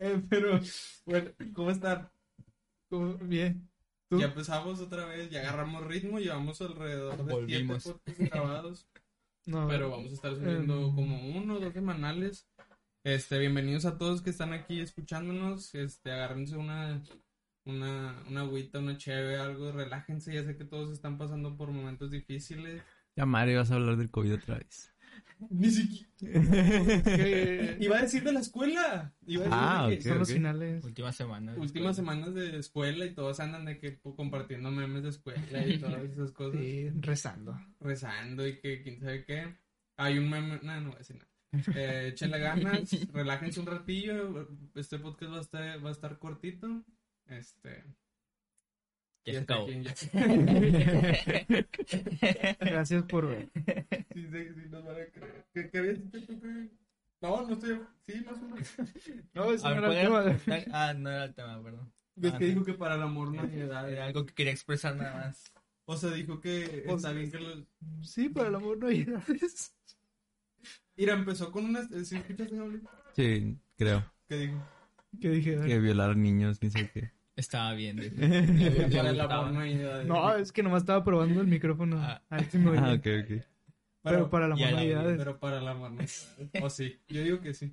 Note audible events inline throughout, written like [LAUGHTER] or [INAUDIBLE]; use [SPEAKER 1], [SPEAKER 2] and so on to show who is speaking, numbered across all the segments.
[SPEAKER 1] Eh, pero, bueno, ¿cómo están? ¿Cómo? Bien. ¿Tú?
[SPEAKER 2] Ya empezamos otra vez, ya agarramos ritmo, llevamos alrededor de
[SPEAKER 1] Volvimos.
[SPEAKER 2] 7 podcasts grabados,
[SPEAKER 1] [LAUGHS] No,
[SPEAKER 2] pero vamos a estar subiendo
[SPEAKER 1] Em.
[SPEAKER 2] como uno o dos semanales. Este, bienvenidos a todos que están aquí escuchándonos, este, agárrense una, una, una agüita, una cheve, algo, relájense, ya sé que todos están pasando por momentos difíciles.
[SPEAKER 3] Ya madre, vas a hablar del COVID otra vez.
[SPEAKER 2] Ni siquiera...
[SPEAKER 1] que
[SPEAKER 2] Iba a decir de la escuela, iba a
[SPEAKER 3] Ah,
[SPEAKER 2] decir de que
[SPEAKER 3] ok.
[SPEAKER 1] son los finales.
[SPEAKER 4] [LAUGHS] Última semana. de
[SPEAKER 2] últimas
[SPEAKER 4] escuela.
[SPEAKER 2] semanas de escuela y todos andan de que pues, compartiendo memes de escuela y todas esas cosas.
[SPEAKER 1] Sí, rezando.
[SPEAKER 2] rezando y que quién sabe qué. Hay un meme, no, no voy a decir nada.
[SPEAKER 1] [LAUGHS]
[SPEAKER 2] Eh, échenle ganas, relájense un ratillo. Este podcast va a estar, va a estar cortito. Este. y
[SPEAKER 4] Ya se
[SPEAKER 2] hasta
[SPEAKER 4] acabó. [LAUGHS]
[SPEAKER 2] aquí, ya. Sí,
[SPEAKER 1] Gracias
[SPEAKER 4] [LAUGHS]
[SPEAKER 1] por ver.
[SPEAKER 2] sí, sí, nos van a creer. ¿Qué, qué habías dicho tú, güey? este No, no estoy. Sí, más o menos.
[SPEAKER 4] Ah,
[SPEAKER 1] No, es
[SPEAKER 4] A ver,
[SPEAKER 1] una
[SPEAKER 4] ¿cuál era el [LAUGHS]
[SPEAKER 1] última.
[SPEAKER 4] tema? Ah, no era el tema, perdón.
[SPEAKER 2] Ves
[SPEAKER 4] Ah,
[SPEAKER 2] que
[SPEAKER 4] sí.
[SPEAKER 2] dijo que para el amor no hay edad.
[SPEAKER 4] Era algo que quería expresar nada más.
[SPEAKER 2] O sea, dijo que
[SPEAKER 1] Pues-
[SPEAKER 2] está bien que los.
[SPEAKER 1] Sí, para el amor no hay edades. [LAUGHS]
[SPEAKER 2] Mira, empezó con unas. ¿Sí escuchaste, Gabriel?
[SPEAKER 3] Sí, creo.
[SPEAKER 2] ¿Qué
[SPEAKER 4] [LAUGHS]
[SPEAKER 2] dijo?
[SPEAKER 1] ¿Qué dije?
[SPEAKER 3] Que violar niños, quién sabe qué.
[SPEAKER 4] Estaba bien. dijo.
[SPEAKER 2] Que
[SPEAKER 4] Le
[SPEAKER 2] para el
[SPEAKER 4] gustaba.
[SPEAKER 2] amor no hay edad.
[SPEAKER 1] No, es que nomás estaba probando el micrófono.
[SPEAKER 4] Ah.
[SPEAKER 1] A ver si me oye.
[SPEAKER 3] [LAUGHS] Ah, ok, ok.
[SPEAKER 1] Pero para el
[SPEAKER 4] ya
[SPEAKER 1] amor no
[SPEAKER 4] la
[SPEAKER 1] hay
[SPEAKER 4] vi,
[SPEAKER 1] edades.
[SPEAKER 2] Pero para
[SPEAKER 1] [LAUGHS]
[SPEAKER 2] el amor no hay edad. O sí, yo digo que sí.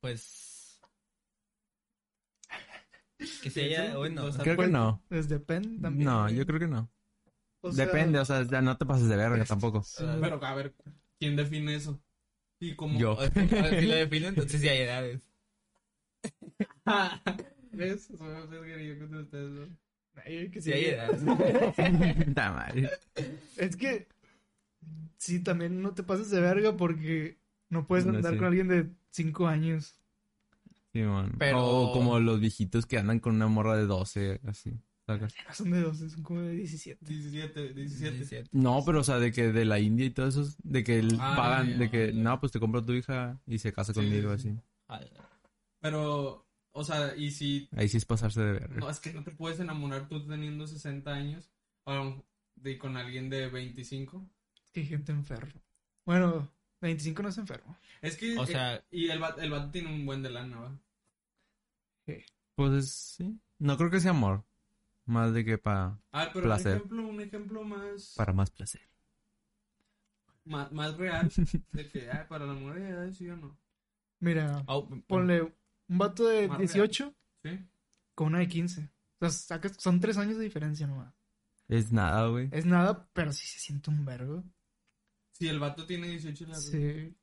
[SPEAKER 4] Pues. Que
[SPEAKER 2] Sí,
[SPEAKER 4] se haya.
[SPEAKER 2] eso,
[SPEAKER 4] Bueno,
[SPEAKER 2] o sea,
[SPEAKER 3] Creo que no.
[SPEAKER 1] Es depende también.
[SPEAKER 3] No, yo creo que no.
[SPEAKER 1] O sea,
[SPEAKER 3] Depende, o sea, ya no te pases de verga tampoco.
[SPEAKER 1] sí,
[SPEAKER 4] Ah,
[SPEAKER 2] Pero a ver, ¿quién define eso? Y como
[SPEAKER 3] Yo.
[SPEAKER 4] si lo defino, entonces sí hay edades.
[SPEAKER 2] ¿Ves? Soy más desgreído que ustedes dos.
[SPEAKER 1] ay, que
[SPEAKER 4] Sí hay edades.
[SPEAKER 3] Ta madre.
[SPEAKER 1] Es que sí, también no te pases de verga porque no puedes
[SPEAKER 3] No,
[SPEAKER 1] andar
[SPEAKER 3] sí.
[SPEAKER 1] con alguien de 5 años.
[SPEAKER 3] Simón.
[SPEAKER 4] Pero-
[SPEAKER 3] O como los viejitos que andan con una morra de 12, así. ¿sacas?
[SPEAKER 1] No Ah, Son de 12, son como de 17.
[SPEAKER 2] 17, 17.
[SPEAKER 4] Diecisiete.
[SPEAKER 3] No, pero o sea, de que de la India y todo eso, de que el-
[SPEAKER 4] Ah,
[SPEAKER 3] pagan, de que
[SPEAKER 4] ya.
[SPEAKER 3] no, pues te compro a tu hija y se casa
[SPEAKER 2] Sí,
[SPEAKER 3] conmigo,
[SPEAKER 2] sí,
[SPEAKER 3] así.
[SPEAKER 4] Ah,
[SPEAKER 2] Pero, o sea, y si.
[SPEAKER 3] Ahí sí es pasarse de verga.
[SPEAKER 2] No, es que no te puedes enamorar tú teniendo 60 años o de, con alguien de 25.
[SPEAKER 1] Qué gente enferma. Bueno, 25 no es enfermo.
[SPEAKER 2] Es que.
[SPEAKER 4] O sea-
[SPEAKER 2] eh, y el vato, el vato tiene un buen de lana, ¿va?
[SPEAKER 3] Pues es- sí. No creo que sea amor. Más de que para,
[SPEAKER 2] Ah, pero
[SPEAKER 3] Placer.
[SPEAKER 2] un ejemplo, un ejemplo más.
[SPEAKER 3] para más placer.
[SPEAKER 2] Más, más real. De que, ah, para la mujer hay edades, sí o no.
[SPEAKER 1] Mira,
[SPEAKER 4] au,
[SPEAKER 1] ponle un vato de
[SPEAKER 2] Ah, Más real.
[SPEAKER 1] 18
[SPEAKER 2] ¿Sí?
[SPEAKER 1] con una de 15. O sea, sacas- son 3 años de diferencia nomás.
[SPEAKER 3] Es nada, güey.
[SPEAKER 1] Es nada, pero sí se siente un vergo.
[SPEAKER 2] Si el vato tiene 18, la
[SPEAKER 1] Sí.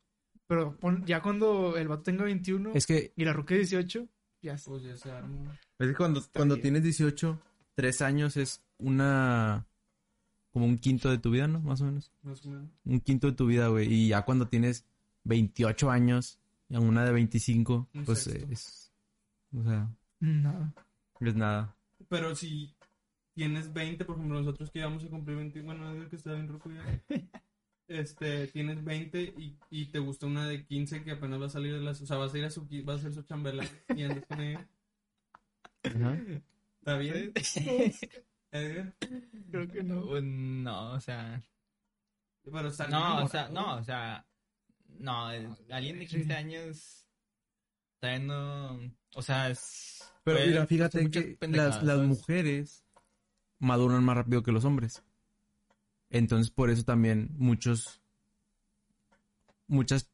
[SPEAKER 1] Pero pon- ya cuando el vato tenga 21
[SPEAKER 3] Es que,
[SPEAKER 1] y la ruca 18, ya está.
[SPEAKER 2] pues ya se arma.
[SPEAKER 3] es que cuando, cuando
[SPEAKER 1] bien.
[SPEAKER 3] tienes 18, 3 años es una... Como un quinto de tu vida, ¿no? Más o menos.
[SPEAKER 2] Más o menos.
[SPEAKER 3] Un quinto de tu vida, güey. Y ya cuando tienes 28 años, a una de 25,
[SPEAKER 2] Un
[SPEAKER 3] pues
[SPEAKER 2] sexto.
[SPEAKER 3] es... O sea,
[SPEAKER 1] Nada.
[SPEAKER 3] es nada.
[SPEAKER 2] Pero si tienes 20, por ejemplo, nosotros que íbamos a cumplir 20, bueno, es que está bien ruco
[SPEAKER 4] [LAUGHS]
[SPEAKER 2] ya. Este, tienes 20 y, y te gusta una de 15 que apenas va a salir de las, o sea, vas a ir a su, qui- vas a ser su chambelán y andas con ella. ¿Está bien? Edgar?
[SPEAKER 1] [LAUGHS] Creo que no.
[SPEAKER 4] un- No, o sea.
[SPEAKER 2] Pero está
[SPEAKER 4] No,
[SPEAKER 2] enamorado.
[SPEAKER 4] o sea, no, o sea. No, el- alguien de 15 años. Todavía no. O sea, es.
[SPEAKER 3] Pero
[SPEAKER 4] puede
[SPEAKER 3] mira,
[SPEAKER 4] hacer
[SPEAKER 3] fíjate
[SPEAKER 4] Pues, muchas
[SPEAKER 3] que
[SPEAKER 4] pendejadas,
[SPEAKER 3] las,
[SPEAKER 4] [LAUGHS]
[SPEAKER 3] las
[SPEAKER 4] ¿sabes?
[SPEAKER 3] mujeres maduran más rápido que los hombres. Entonces, por eso también muchos, muchas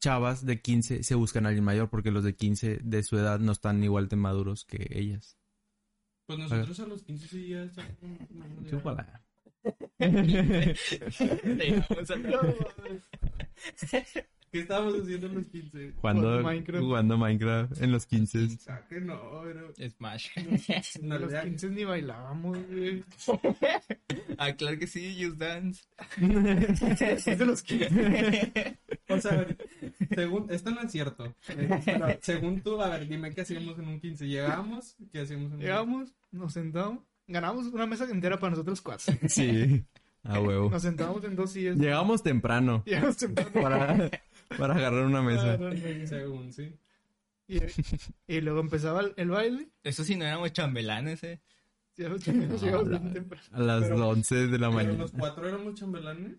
[SPEAKER 3] chavas de 15 se buscan a alguien mayor, porque los de 15 de su edad no están igual de maduros que ellas.
[SPEAKER 2] Pues nosotros a los 15 sí ya estamos.
[SPEAKER 3] [LAUGHS] Chúpala.
[SPEAKER 4] Llegamos a-
[SPEAKER 2] ¿Qué estábamos haciendo a los 15?
[SPEAKER 3] Jugando,
[SPEAKER 1] Jugando Minecraft.
[SPEAKER 3] jugando Minecraft en los 15.
[SPEAKER 2] Ah, que no, pero.
[SPEAKER 4] Smash.
[SPEAKER 1] [LAUGHS]
[SPEAKER 2] No,
[SPEAKER 1] A los
[SPEAKER 2] ya-
[SPEAKER 1] 15 ni bailábamos, güey.
[SPEAKER 4] Ah, claro
[SPEAKER 1] [LAUGHS]
[SPEAKER 4] que sí, Just Dance.
[SPEAKER 1] Es de los 15.
[SPEAKER 3] [LAUGHS]
[SPEAKER 2] O sea, según, esto no es cierto. Eh, pero según tú, a ver, dime qué hacíamos en un 15. ¿Llegábamos? ¿Qué hacíamos en un
[SPEAKER 1] Llegamos, nos sentamos, ganamos una mesa entera para nosotros cuatro.
[SPEAKER 3] Sí. A huevo.
[SPEAKER 1] Nos sentamos en dos sillas.
[SPEAKER 3] Llegamos temprano
[SPEAKER 1] Llegamos temprano.
[SPEAKER 3] para, para agarrar una mesa.
[SPEAKER 2] Según, sí.
[SPEAKER 1] Y, y luego empezaba el, el baile.
[SPEAKER 4] [LAUGHS] Eso sí, no éramos chambelanes, eh.
[SPEAKER 1] y a los chilenos llegamos bien temprano.
[SPEAKER 3] A las
[SPEAKER 2] Pero-
[SPEAKER 3] 11 de la
[SPEAKER 2] Pero
[SPEAKER 3] mañana.
[SPEAKER 2] los cuatro éramos chambelanes.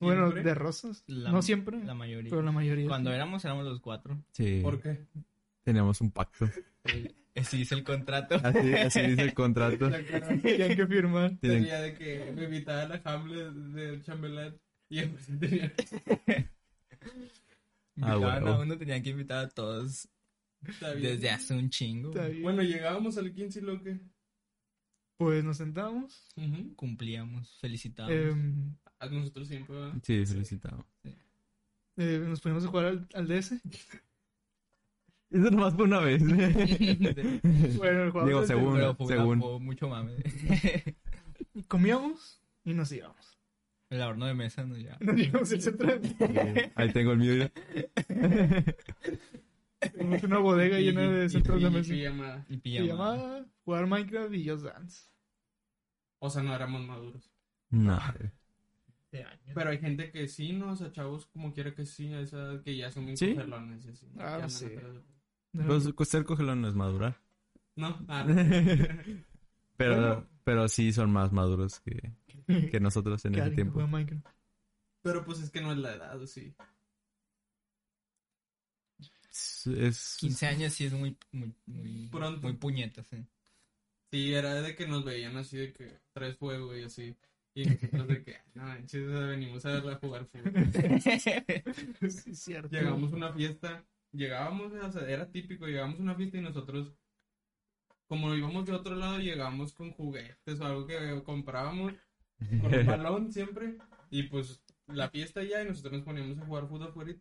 [SPEAKER 1] Bueno,
[SPEAKER 2] ¿Siempre?
[SPEAKER 1] de rosas.
[SPEAKER 4] La-
[SPEAKER 1] no siempre,
[SPEAKER 4] La mayoría.
[SPEAKER 1] pero la mayoría.
[SPEAKER 4] Cuando éramos, éramos los cuatro.
[SPEAKER 3] Sí.
[SPEAKER 2] ¿Por qué?
[SPEAKER 3] Teníamos un pacto.
[SPEAKER 4] Ese dice el contrato.
[SPEAKER 3] Así, así dice el contrato.
[SPEAKER 2] La
[SPEAKER 3] [LAUGHS]
[SPEAKER 2] cara
[SPEAKER 1] [LAUGHS] Tenían que firmar.
[SPEAKER 3] Tienen-
[SPEAKER 2] tenía de que me invitaba a la Hamlet de chambelán. Y yo pues, tenía...
[SPEAKER 3] Ah,
[SPEAKER 4] Invitaban a
[SPEAKER 3] huevo.
[SPEAKER 4] uno, tenían que invitar a todos
[SPEAKER 2] está bien.
[SPEAKER 4] desde hace un chingo.
[SPEAKER 1] Está bien.
[SPEAKER 2] Bueno, llegábamos al 15 y lo que.
[SPEAKER 1] Pues nos sentamos.
[SPEAKER 2] Ujú.
[SPEAKER 4] Cumplíamos, felicitábamos.
[SPEAKER 1] em,
[SPEAKER 2] A nosotros siempre. ¿verdad?
[SPEAKER 3] Sí, felicitado.
[SPEAKER 1] eh, nos poníamos a jugar al, al DS.
[SPEAKER 3] Eso nomás fue una vez.
[SPEAKER 1] Bueno, jugábamos
[SPEAKER 3] Digo,
[SPEAKER 1] al DS.
[SPEAKER 3] según,
[SPEAKER 4] pero fue, una-
[SPEAKER 3] según.
[SPEAKER 4] fue mucho [LAUGHS] mame.
[SPEAKER 1] Comíamos y nos íbamos. [LAUGHS]
[SPEAKER 4] el horno de mesa nos llevaba.
[SPEAKER 1] Nos íbamos al centro. [LAUGHS]
[SPEAKER 3] Ahí tengo el mío.
[SPEAKER 1] Teníamos una bodega
[SPEAKER 2] Y-
[SPEAKER 1] llena de
[SPEAKER 2] y-
[SPEAKER 1] centros
[SPEAKER 2] y-
[SPEAKER 1] de
[SPEAKER 2] y
[SPEAKER 1] mesa.
[SPEAKER 2] pijamada.
[SPEAKER 4] Y
[SPEAKER 1] Y
[SPEAKER 4] pijama.
[SPEAKER 1] llamaba jugar Minecraft y Just Dance.
[SPEAKER 2] O sea, no éramos maduros.
[SPEAKER 3] No.
[SPEAKER 2] Pero hay gente que sí, ¿no? O sea, chavos, como quiera que sí, a esa edad que ya son muy
[SPEAKER 3] Sí.
[SPEAKER 2] cogelones y así. ¿no?
[SPEAKER 1] Ah,
[SPEAKER 2] Ya andan
[SPEAKER 1] sí.
[SPEAKER 2] atrás de-
[SPEAKER 3] Pues ser cogelón no es madurar.
[SPEAKER 2] No, ah,
[SPEAKER 3] [LAUGHS] Pero, pero sí son más maduros que, que nosotros en
[SPEAKER 1] Que
[SPEAKER 3] ese
[SPEAKER 1] alguien juega
[SPEAKER 3] tiempo.
[SPEAKER 1] Minecraft.
[SPEAKER 2] pero pues es que no es la edad, sí.
[SPEAKER 3] Es, es-
[SPEAKER 4] 15 años sí es muy, muy, muy,
[SPEAKER 2] Pronto.
[SPEAKER 4] muy puñetas, [LAUGHS] eh.
[SPEAKER 2] Sí, era de que nos veían así de que traes fuego y así. Y nosotros de que, no, manches, o sea, venimos a verla jugar fútbol.
[SPEAKER 1] [LAUGHS] Sí, es cierto.
[SPEAKER 2] Llegamos a una fiesta, llegábamos, o sea, era típico, llegábamos a una fiesta y nosotros, como íbamos de otro lado, llegábamos con juguetes o algo que comprábamos, con un
[SPEAKER 3] [LAUGHS]
[SPEAKER 2] balón siempre, y pues la fiesta ya, y nosotros nos poníamos a jugar fútbol afuera,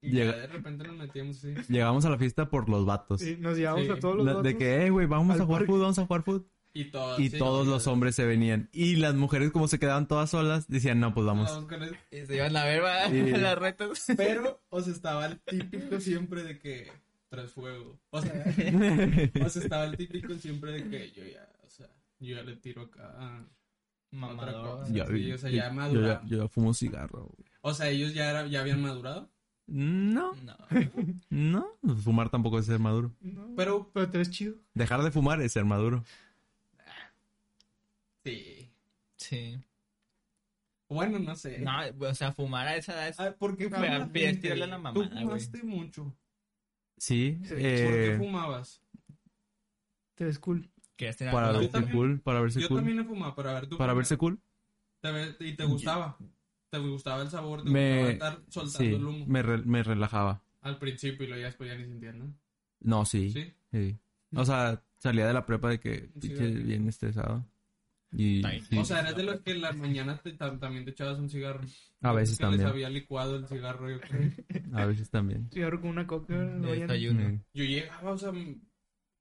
[SPEAKER 2] y ya
[SPEAKER 3] Llega-
[SPEAKER 2] de repente nos metíamos así.
[SPEAKER 3] Llegamos a la fiesta por los vatos.
[SPEAKER 1] Sí, nos llevamos
[SPEAKER 2] Sí.
[SPEAKER 1] a todos los
[SPEAKER 3] La-
[SPEAKER 1] vatos.
[SPEAKER 3] de que, eh, güey, vamos
[SPEAKER 1] Al
[SPEAKER 3] a jugar
[SPEAKER 1] parque.
[SPEAKER 3] fútbol, vamos a jugar fútbol.
[SPEAKER 2] Y todos,
[SPEAKER 3] Y
[SPEAKER 2] Ah, sí,
[SPEAKER 3] todos los hombres se venían. Y las mujeres, como se quedaban todas solas, decían, no, pues vamos.
[SPEAKER 2] todos con el-
[SPEAKER 4] Y se iban a ver ¿va?
[SPEAKER 3] Sí.
[SPEAKER 4] [LAUGHS] las retas.
[SPEAKER 2] Pero, o sea, estaba el típico siempre de que traes fuego. O sea,
[SPEAKER 3] [LAUGHS]
[SPEAKER 2] o sea, estaba el típico siempre de que yo ya, o sea, yo ya le tiro acá. a-
[SPEAKER 4] Mamador.
[SPEAKER 2] cosa. Sí, o sea, ya
[SPEAKER 3] yo,
[SPEAKER 2] maduraron.
[SPEAKER 3] ya, yo ya fumo cigarro. güey.
[SPEAKER 2] O sea, ellos ya, era- ya habían madurado.
[SPEAKER 3] No,
[SPEAKER 4] No. [LAUGHS]
[SPEAKER 3] no. Fumar tampoco es ser maduro.
[SPEAKER 1] No, pero,
[SPEAKER 2] Pero,
[SPEAKER 1] te ves chido.
[SPEAKER 3] Dejar de fumar es ser maduro.
[SPEAKER 2] sí.
[SPEAKER 4] Sí.
[SPEAKER 2] Bueno, no sé.
[SPEAKER 4] No, o sea, fumar a esa edad es...
[SPEAKER 2] Ah, ¿Por qué
[SPEAKER 4] Pero
[SPEAKER 2] fumabas?
[SPEAKER 4] empiezas a tirarle a la
[SPEAKER 2] Tú
[SPEAKER 4] mamada, güey.
[SPEAKER 2] fumaste mucho.
[SPEAKER 3] Sí.
[SPEAKER 1] Sí.
[SPEAKER 2] ¿Por qué
[SPEAKER 3] eh,
[SPEAKER 2] fumabas?
[SPEAKER 1] Te ves cool.
[SPEAKER 4] Querías tener
[SPEAKER 3] para
[SPEAKER 4] algo
[SPEAKER 2] Yo
[SPEAKER 3] verse
[SPEAKER 2] también-
[SPEAKER 3] cool. Para verse
[SPEAKER 2] Yo
[SPEAKER 3] cool.
[SPEAKER 2] también he fumado, pero a ver, tú.
[SPEAKER 3] Para
[SPEAKER 2] fumabas.
[SPEAKER 3] verse cool.
[SPEAKER 2] Te ve- y te gustaba. Te gustaba el sabor, te
[SPEAKER 3] Me-
[SPEAKER 2] gustaba estar soltando
[SPEAKER 3] Sí.
[SPEAKER 2] el humo.
[SPEAKER 3] Me, re- me relajaba.
[SPEAKER 2] Al principio y luego ya después ya ni sentías, ¿no?
[SPEAKER 3] No, sí.
[SPEAKER 2] Sí.
[SPEAKER 3] sí. O sea, salía de la prepa de que
[SPEAKER 2] Sí,
[SPEAKER 3] pinche,
[SPEAKER 2] sí.
[SPEAKER 3] bien estresado. Y
[SPEAKER 4] Ay,
[SPEAKER 3] sí,
[SPEAKER 2] O sea, eres de los que en la mañana te, tam- también te echabas un cigarro.
[SPEAKER 3] a veces
[SPEAKER 2] que les
[SPEAKER 3] también.
[SPEAKER 2] había licuado el cigarro, yo creo.
[SPEAKER 3] A veces también.
[SPEAKER 1] Cigarro con una coca.
[SPEAKER 4] de
[SPEAKER 1] lo vayan-
[SPEAKER 4] desayuno.
[SPEAKER 2] Yo llegaba, o sea, m-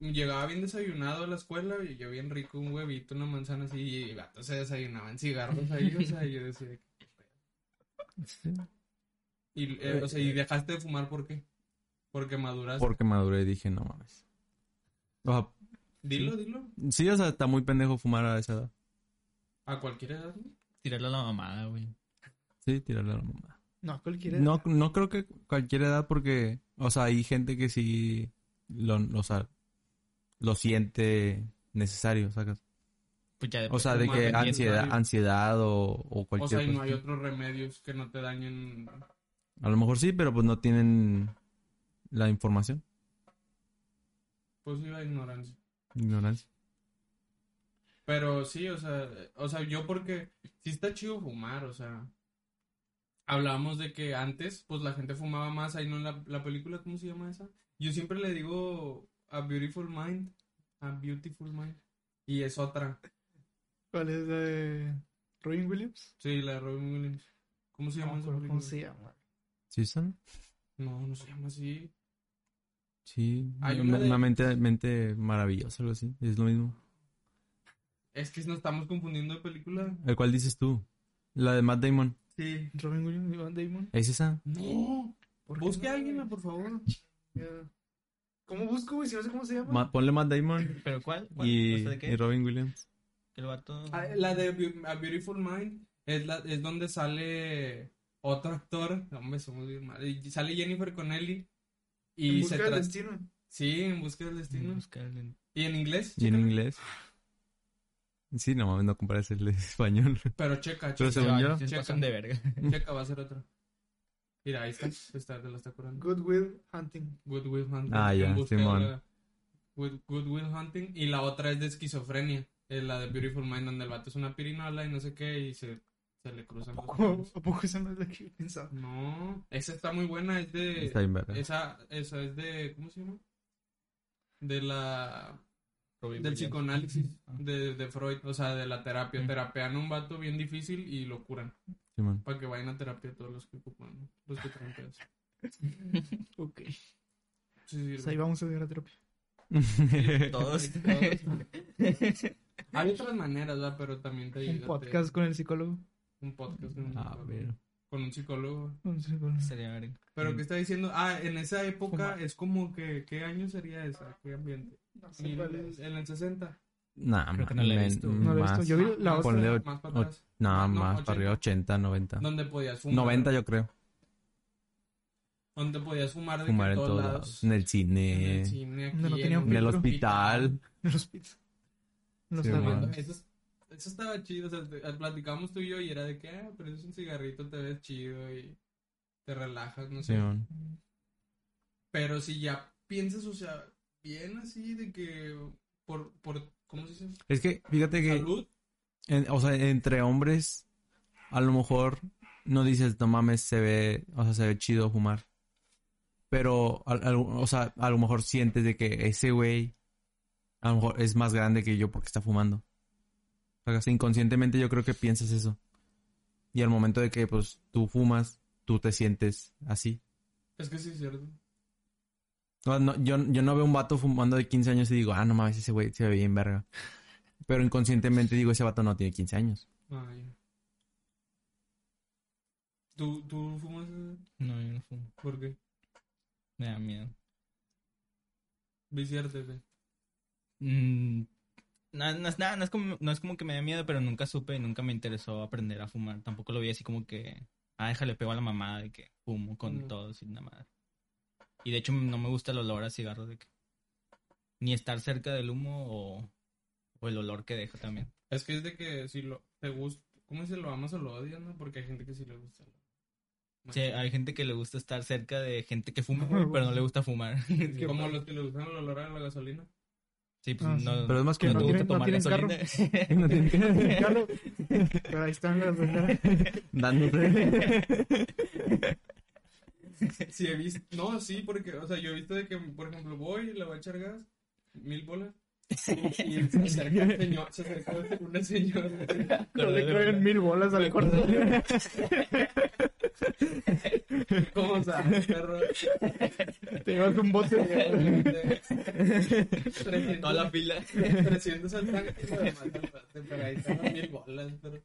[SPEAKER 2] llegaba bien desayunado a la escuela y yo bien rico, un huevito, una manzana así, y gatos se desayunaban cigarros ahí, o sea, yo decía... "¿Qué pedo?". Y, eh, o sea, ¿y dejaste de fumar por qué? Porque maduraste.
[SPEAKER 3] Porque maduré y dije, no mames. O sea,
[SPEAKER 2] Dilo, dilo.
[SPEAKER 3] Sí, o sea, está muy pendejo fumar a esa edad.
[SPEAKER 2] A cualquier edad. ¿no?
[SPEAKER 4] Tirarle a
[SPEAKER 3] Mm.
[SPEAKER 4] la mamada, güey.
[SPEAKER 3] Sí, tirarle a la mamá.
[SPEAKER 1] No, cualquiera.
[SPEAKER 3] No, no creo que cualquier edad porque, o sea, hay gente que sí lo, o sea, lo siente necesario, ¿sacas?
[SPEAKER 4] Pues ya
[SPEAKER 3] O
[SPEAKER 4] después
[SPEAKER 3] sea, de
[SPEAKER 4] fumar,
[SPEAKER 3] que
[SPEAKER 4] ¿me entiendes?
[SPEAKER 3] ansiedad, ansiedad o, o
[SPEAKER 2] O
[SPEAKER 3] cualquier
[SPEAKER 2] sea, y no
[SPEAKER 3] cosa.
[SPEAKER 2] hay otros remedios que no te dañen.
[SPEAKER 3] A lo mejor sí, pero pues no tienen la información.
[SPEAKER 2] Pues iba ignorancia.
[SPEAKER 3] Ignorancia.
[SPEAKER 2] Pero sí, o sea, eh, o sea, yo porque sí está chido fumar, o sea, hablábamos de que antes, pues la gente fumaba más, ahí no en la, la película, ¿cómo se llama esa? Yo siempre le digo A Beautiful Mind, A Beautiful Mind, y es otra,
[SPEAKER 1] ¿Cuál es la de Robin Williams?
[SPEAKER 2] sí, la de Robin Williams. ¿Cómo se
[SPEAKER 1] No,
[SPEAKER 2] llama
[SPEAKER 1] me
[SPEAKER 2] esa
[SPEAKER 1] acuerdo ¿Cómo
[SPEAKER 2] película?
[SPEAKER 1] se llama?
[SPEAKER 3] ¿Sí son?
[SPEAKER 2] No, no se llama así.
[SPEAKER 3] Sí.
[SPEAKER 2] Hay
[SPEAKER 3] una,
[SPEAKER 2] una de-
[SPEAKER 3] una mente, mente maravillosa, algo así. Es lo mismo.
[SPEAKER 2] Es que nos estamos confundiendo de película.
[SPEAKER 3] ¿El cual dices tú? La de Matt Damon.
[SPEAKER 2] Sí.
[SPEAKER 1] Robin Williams y Van Damon.
[SPEAKER 3] ¿Es esa?
[SPEAKER 2] No,
[SPEAKER 1] ¿Por qué
[SPEAKER 2] Busque
[SPEAKER 1] no,
[SPEAKER 2] a alguien,
[SPEAKER 1] güey?
[SPEAKER 2] por favor.
[SPEAKER 1] Ya. ¿Cómo busco, güey? Si no sé cómo se llama.
[SPEAKER 3] Ma- ponle Matt Damon
[SPEAKER 4] ¿Pero cuál? ¿Cuál?
[SPEAKER 3] y,
[SPEAKER 4] O sea, ¿de qué?
[SPEAKER 3] y Robin Williams.
[SPEAKER 4] Que el vato...
[SPEAKER 2] Ah, La de Beau- A Beautiful Mind es, la, es donde sale otro actor. Hombre, somos bien mal. Y Sale Jennifer Connelly.
[SPEAKER 1] En
[SPEAKER 2] Y
[SPEAKER 1] busca
[SPEAKER 2] se
[SPEAKER 1] del
[SPEAKER 2] trata.
[SPEAKER 1] destino.
[SPEAKER 2] Sí, en busca del destino.
[SPEAKER 4] Buscar el-
[SPEAKER 2] Y en inglés.
[SPEAKER 3] Y en
[SPEAKER 2] chécala.
[SPEAKER 3] inglés. Sí, no mames, no compares el de español.
[SPEAKER 2] Pero checa,
[SPEAKER 3] Pero
[SPEAKER 2] checa.
[SPEAKER 3] según yo-
[SPEAKER 4] Se
[SPEAKER 2] Checa.
[SPEAKER 4] pasan de verga.
[SPEAKER 2] Checa, va a ser otro. Mira, ahí está. está te lo está curando.
[SPEAKER 1] Goodwill Hunting.
[SPEAKER 2] Good Will Hunting.
[SPEAKER 3] Ah, ya,
[SPEAKER 2] en busca de
[SPEAKER 3] Simón.
[SPEAKER 2] la- Good, Good Will Hunting. Y la otra es de esquizofrenia. Es la de Beautiful Mind, donde el vato es una pirinola y no sé qué. Y se, se le cruzan. los
[SPEAKER 1] ¿Poco,
[SPEAKER 2] cables.
[SPEAKER 1] ¿A poco esa no es la que yo pensaba?
[SPEAKER 2] No, esa está muy buena. Es de.
[SPEAKER 3] [LAUGHS] Está bien, verga.
[SPEAKER 2] Esa, esa es de. ¿Cómo se llama? De la.
[SPEAKER 4] Robin
[SPEAKER 2] Del
[SPEAKER 4] Williams.
[SPEAKER 2] psicoanálisis
[SPEAKER 4] Ah.
[SPEAKER 2] de, de Freud, o sea, de la terapia.
[SPEAKER 4] Mm.
[SPEAKER 2] Terapean a un vato bien difícil y lo curan.
[SPEAKER 3] Simón.
[SPEAKER 2] Para que vayan a terapia todos los que ocupan, los que traen pedos.
[SPEAKER 1] Ok.
[SPEAKER 2] Sí, sí,
[SPEAKER 1] Pues ahí vamos a ver la terapia.
[SPEAKER 4] [LAUGHS] Todos.
[SPEAKER 3] [LAUGHS]
[SPEAKER 2] [LAUGHS] Hay otras maneras, ¿verdad? Pero también te ayuda.
[SPEAKER 1] Un
[SPEAKER 2] te-
[SPEAKER 1] podcast con el psicólogo.
[SPEAKER 2] Un podcast con un,
[SPEAKER 3] Ah,
[SPEAKER 2] psicólogo.
[SPEAKER 3] pero.
[SPEAKER 2] Con un psicólogo.
[SPEAKER 1] Un psicólogo.
[SPEAKER 4] Sería verga.
[SPEAKER 2] Pero
[SPEAKER 3] Mm.
[SPEAKER 2] ¿qué está diciendo? Ah, en esa época
[SPEAKER 1] Fumar.
[SPEAKER 2] es como que. ¿Qué año sería esa? ¿Qué ambiente?
[SPEAKER 1] No sé
[SPEAKER 2] Mil-
[SPEAKER 1] cuál es.
[SPEAKER 2] en el 60.
[SPEAKER 3] Nah,
[SPEAKER 4] Creo que no la he
[SPEAKER 3] men- mm,
[SPEAKER 4] visto.
[SPEAKER 1] No la he
[SPEAKER 3] más-
[SPEAKER 1] visto. Yo vi la
[SPEAKER 2] más,
[SPEAKER 1] otra.
[SPEAKER 3] Ponle
[SPEAKER 2] más para
[SPEAKER 3] o-
[SPEAKER 2] atrás.
[SPEAKER 3] Nah,
[SPEAKER 2] No,
[SPEAKER 3] más
[SPEAKER 2] 80.
[SPEAKER 3] para arriba, 80, 90.
[SPEAKER 2] Donde podías fumar.
[SPEAKER 3] 90 Ah. yo creo.
[SPEAKER 2] Donde podías fumar de que
[SPEAKER 3] Fumar
[SPEAKER 2] en
[SPEAKER 3] en todos lados. En el
[SPEAKER 2] En el
[SPEAKER 3] cine,
[SPEAKER 2] cine, aquí,
[SPEAKER 1] Donde no
[SPEAKER 2] en
[SPEAKER 1] tenían
[SPEAKER 2] un
[SPEAKER 3] en el
[SPEAKER 1] filtro.
[SPEAKER 3] hospital.
[SPEAKER 1] [LAUGHS] En los pits. En los
[SPEAKER 3] Sí,
[SPEAKER 1] aviones. [LAUGHS]
[SPEAKER 3] man.
[SPEAKER 2] Eso, es- eso estaba chido, o sea, te- platicábamos tú y yo y era de que, ah, pero es un cigarrito, te ves chido y te relajas, no sé.
[SPEAKER 3] Simón.
[SPEAKER 2] Pero si ya piensas, o sea, bien así de que por, por ¿cómo se dice?
[SPEAKER 3] Es que, fíjate que,
[SPEAKER 2] Salud.
[SPEAKER 3] en- o sea, entre hombres, a lo mejor no dices, no mames, se ve, o sea, se ve chido fumar. Pero, al- al- o sea, a lo mejor sientes de que ese güey, a lo mejor es más grande que yo porque está fumando. O sea, así inconscientemente yo creo que piensas eso. Y al momento de que, pues, tú fumas, tú te sientes así.
[SPEAKER 2] Es que sí es cierto.
[SPEAKER 3] No, no, yo, yo no veo un vato fumando de 15 años y digo, ah, no mames, ese güey se ve bien verga. Pero inconscientemente digo, ese vato no tiene 15 años.
[SPEAKER 2] Ay. ¿Tú, tú fumas? eh?
[SPEAKER 4] No, yo no fumo.
[SPEAKER 2] ¿Por qué?
[SPEAKER 4] Me da miedo.
[SPEAKER 2] Viciarte, güey.
[SPEAKER 4] Mm, No, no, es nada, no es como, no es como que me dé miedo, pero nunca supe y nunca me interesó aprender a fumar. Tampoco lo vi así como que, ah, déjale pego a la mamada de que fumo con
[SPEAKER 2] Mm.
[SPEAKER 4] todo sin nada madre. Y de hecho no me gusta el olor a cigarro de que ni estar cerca del humo o, o el olor que deja también.
[SPEAKER 2] Es que es de que si lo, te gusta, ¿cómo se lo amas o lo odias, no? Porque hay gente que sí le gusta.
[SPEAKER 4] Sí, hay gente que le gusta estar cerca de gente que fuma, güey, pero no le gusta fumar.
[SPEAKER 2] Sí, [LAUGHS] Como los que le gustan el olor a la gasolina.
[SPEAKER 4] Sí, pues
[SPEAKER 1] Ah, sí.
[SPEAKER 4] no,
[SPEAKER 3] Pero es más que
[SPEAKER 4] no
[SPEAKER 3] no
[SPEAKER 4] te gusta
[SPEAKER 1] tienen- no
[SPEAKER 4] tomar
[SPEAKER 1] tienen carro. [LAUGHS]
[SPEAKER 4] gasolina.
[SPEAKER 3] No
[SPEAKER 4] [LAUGHS]
[SPEAKER 3] tiene-
[SPEAKER 1] Carlos, Pero ahí están las
[SPEAKER 3] Dándose.
[SPEAKER 2] [LAUGHS] Sí, he visto. No, sí, porque, o sea, yo he visto de que, por ejemplo, voy y le voy a echar gas, mil bolas. Y, [LAUGHS] y se acerca un señor, se acerca una señora.
[SPEAKER 1] No le caen mil bolas al cuarto. [LAUGHS]
[SPEAKER 4] [LAUGHS]
[SPEAKER 2] ¿Cómo sabes, perro?
[SPEAKER 1] Te llevas un bote de [LAUGHS]
[SPEAKER 4] Toda
[SPEAKER 2] 300,
[SPEAKER 4] la fila.
[SPEAKER 2] 300 al tanque, lo demás al bote, pero ahí están las mil bolas. Pero...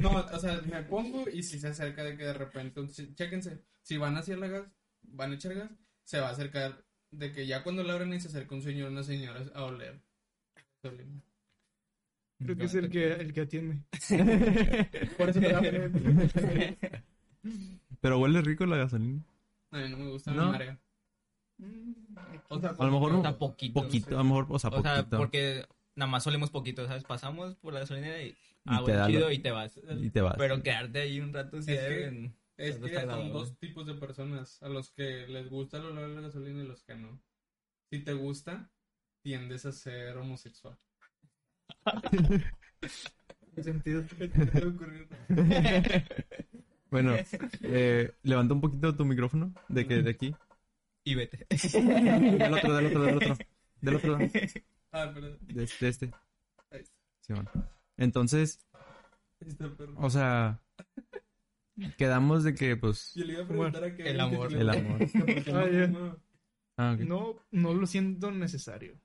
[SPEAKER 2] No, o sea, me pongo y si se acerca de que de repente, un- si- chéquense, si van hacia la gas, van a echar gas, se va a acercar de que ya cuando la abren y se acerca un señor, una señora a oler. Gasolina.
[SPEAKER 1] Creo que es el que, el que atiende. Por eso te da miedo.
[SPEAKER 4] que...
[SPEAKER 3] [LAUGHS] Pero huele rico la gasolina.
[SPEAKER 2] A mí no me gusta
[SPEAKER 3] ¿No?
[SPEAKER 2] la marea.
[SPEAKER 4] Mm,
[SPEAKER 2] O sea,
[SPEAKER 3] A lo mejor
[SPEAKER 4] Está poquito.
[SPEAKER 3] Poquito, a lo mejor, o sea,
[SPEAKER 4] O sea,
[SPEAKER 3] poquito.
[SPEAKER 4] porque nada más solemos poquito, ¿sabes? Pasamos por la gasolinera y,
[SPEAKER 3] Y
[SPEAKER 4] ah,
[SPEAKER 3] te
[SPEAKER 4] bueno,
[SPEAKER 3] da lo-
[SPEAKER 4] chido, y te vas.
[SPEAKER 3] Y te vas.
[SPEAKER 4] Pero quedarte ahí un rato si
[SPEAKER 2] Es
[SPEAKER 4] hay
[SPEAKER 2] que-
[SPEAKER 4] alguien-
[SPEAKER 2] Es
[SPEAKER 4] Pero
[SPEAKER 2] que
[SPEAKER 4] está
[SPEAKER 2] son
[SPEAKER 4] grabado. ¿eh?
[SPEAKER 2] dos tipos de personas, a los que les gusta el olor de la gasolina y los que no. Si te gusta, tiendes a
[SPEAKER 1] [LAUGHS]
[SPEAKER 2] ser homosexual.
[SPEAKER 1] En sentido.
[SPEAKER 2] [LAUGHS] Puede ocurrir.
[SPEAKER 4] [LAUGHS]
[SPEAKER 3] Bueno, eh, levanta un poquito tu micrófono de que de aquí.
[SPEAKER 4] y [LAUGHS] vete.
[SPEAKER 3] Del otro, del otro, del otro. Del otro lado.
[SPEAKER 2] Ah, perdón.
[SPEAKER 3] De este. de este.
[SPEAKER 2] Ahí está.
[SPEAKER 3] Sí, bueno. Entonces,
[SPEAKER 2] Ahí está el perro.
[SPEAKER 3] o sea, quedamos de que, pues,
[SPEAKER 2] Yo le iba a preguntar a Kevin
[SPEAKER 4] el
[SPEAKER 2] que
[SPEAKER 4] amor.
[SPEAKER 2] si le
[SPEAKER 3] el
[SPEAKER 2] gusta
[SPEAKER 3] amor.
[SPEAKER 2] porque no
[SPEAKER 1] Ah, ya.
[SPEAKER 2] fuma.
[SPEAKER 3] Ah, ok.
[SPEAKER 1] No, no lo siento necesario.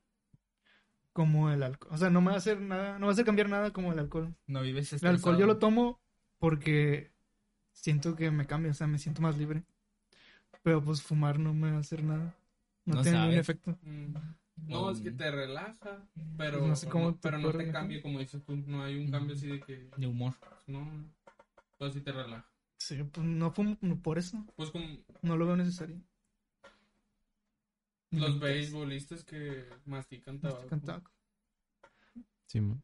[SPEAKER 1] Como el alcohol. O sea, no me va a hacer nada, no va a hacer cambiar nada como el alcohol.
[SPEAKER 4] No vives
[SPEAKER 1] El alcohol yo lo tomo porque siento que me cambia, o sea, me siento más libre. Pero pues fumar no me va a hacer nada. No,
[SPEAKER 4] No
[SPEAKER 1] tiene ningún
[SPEAKER 4] sabe.
[SPEAKER 1] efecto.
[SPEAKER 2] Mm. No, es que te relaja, pero
[SPEAKER 1] Pues no sé cómo te
[SPEAKER 2] pero no
[SPEAKER 1] puede
[SPEAKER 2] te
[SPEAKER 1] relajar.
[SPEAKER 2] cambia, como dices tú, no hay un cambio así de que,
[SPEAKER 4] de humor.
[SPEAKER 2] no, todo sí te relaja.
[SPEAKER 1] Sí, pues no fumo no, por eso.
[SPEAKER 2] Pues como
[SPEAKER 1] No lo veo necesario.
[SPEAKER 2] los
[SPEAKER 1] Me interesa.
[SPEAKER 2] beisbolistas que mastican
[SPEAKER 1] Me
[SPEAKER 2] tabaco.
[SPEAKER 1] estoy con tabaco.
[SPEAKER 3] Sí, mo.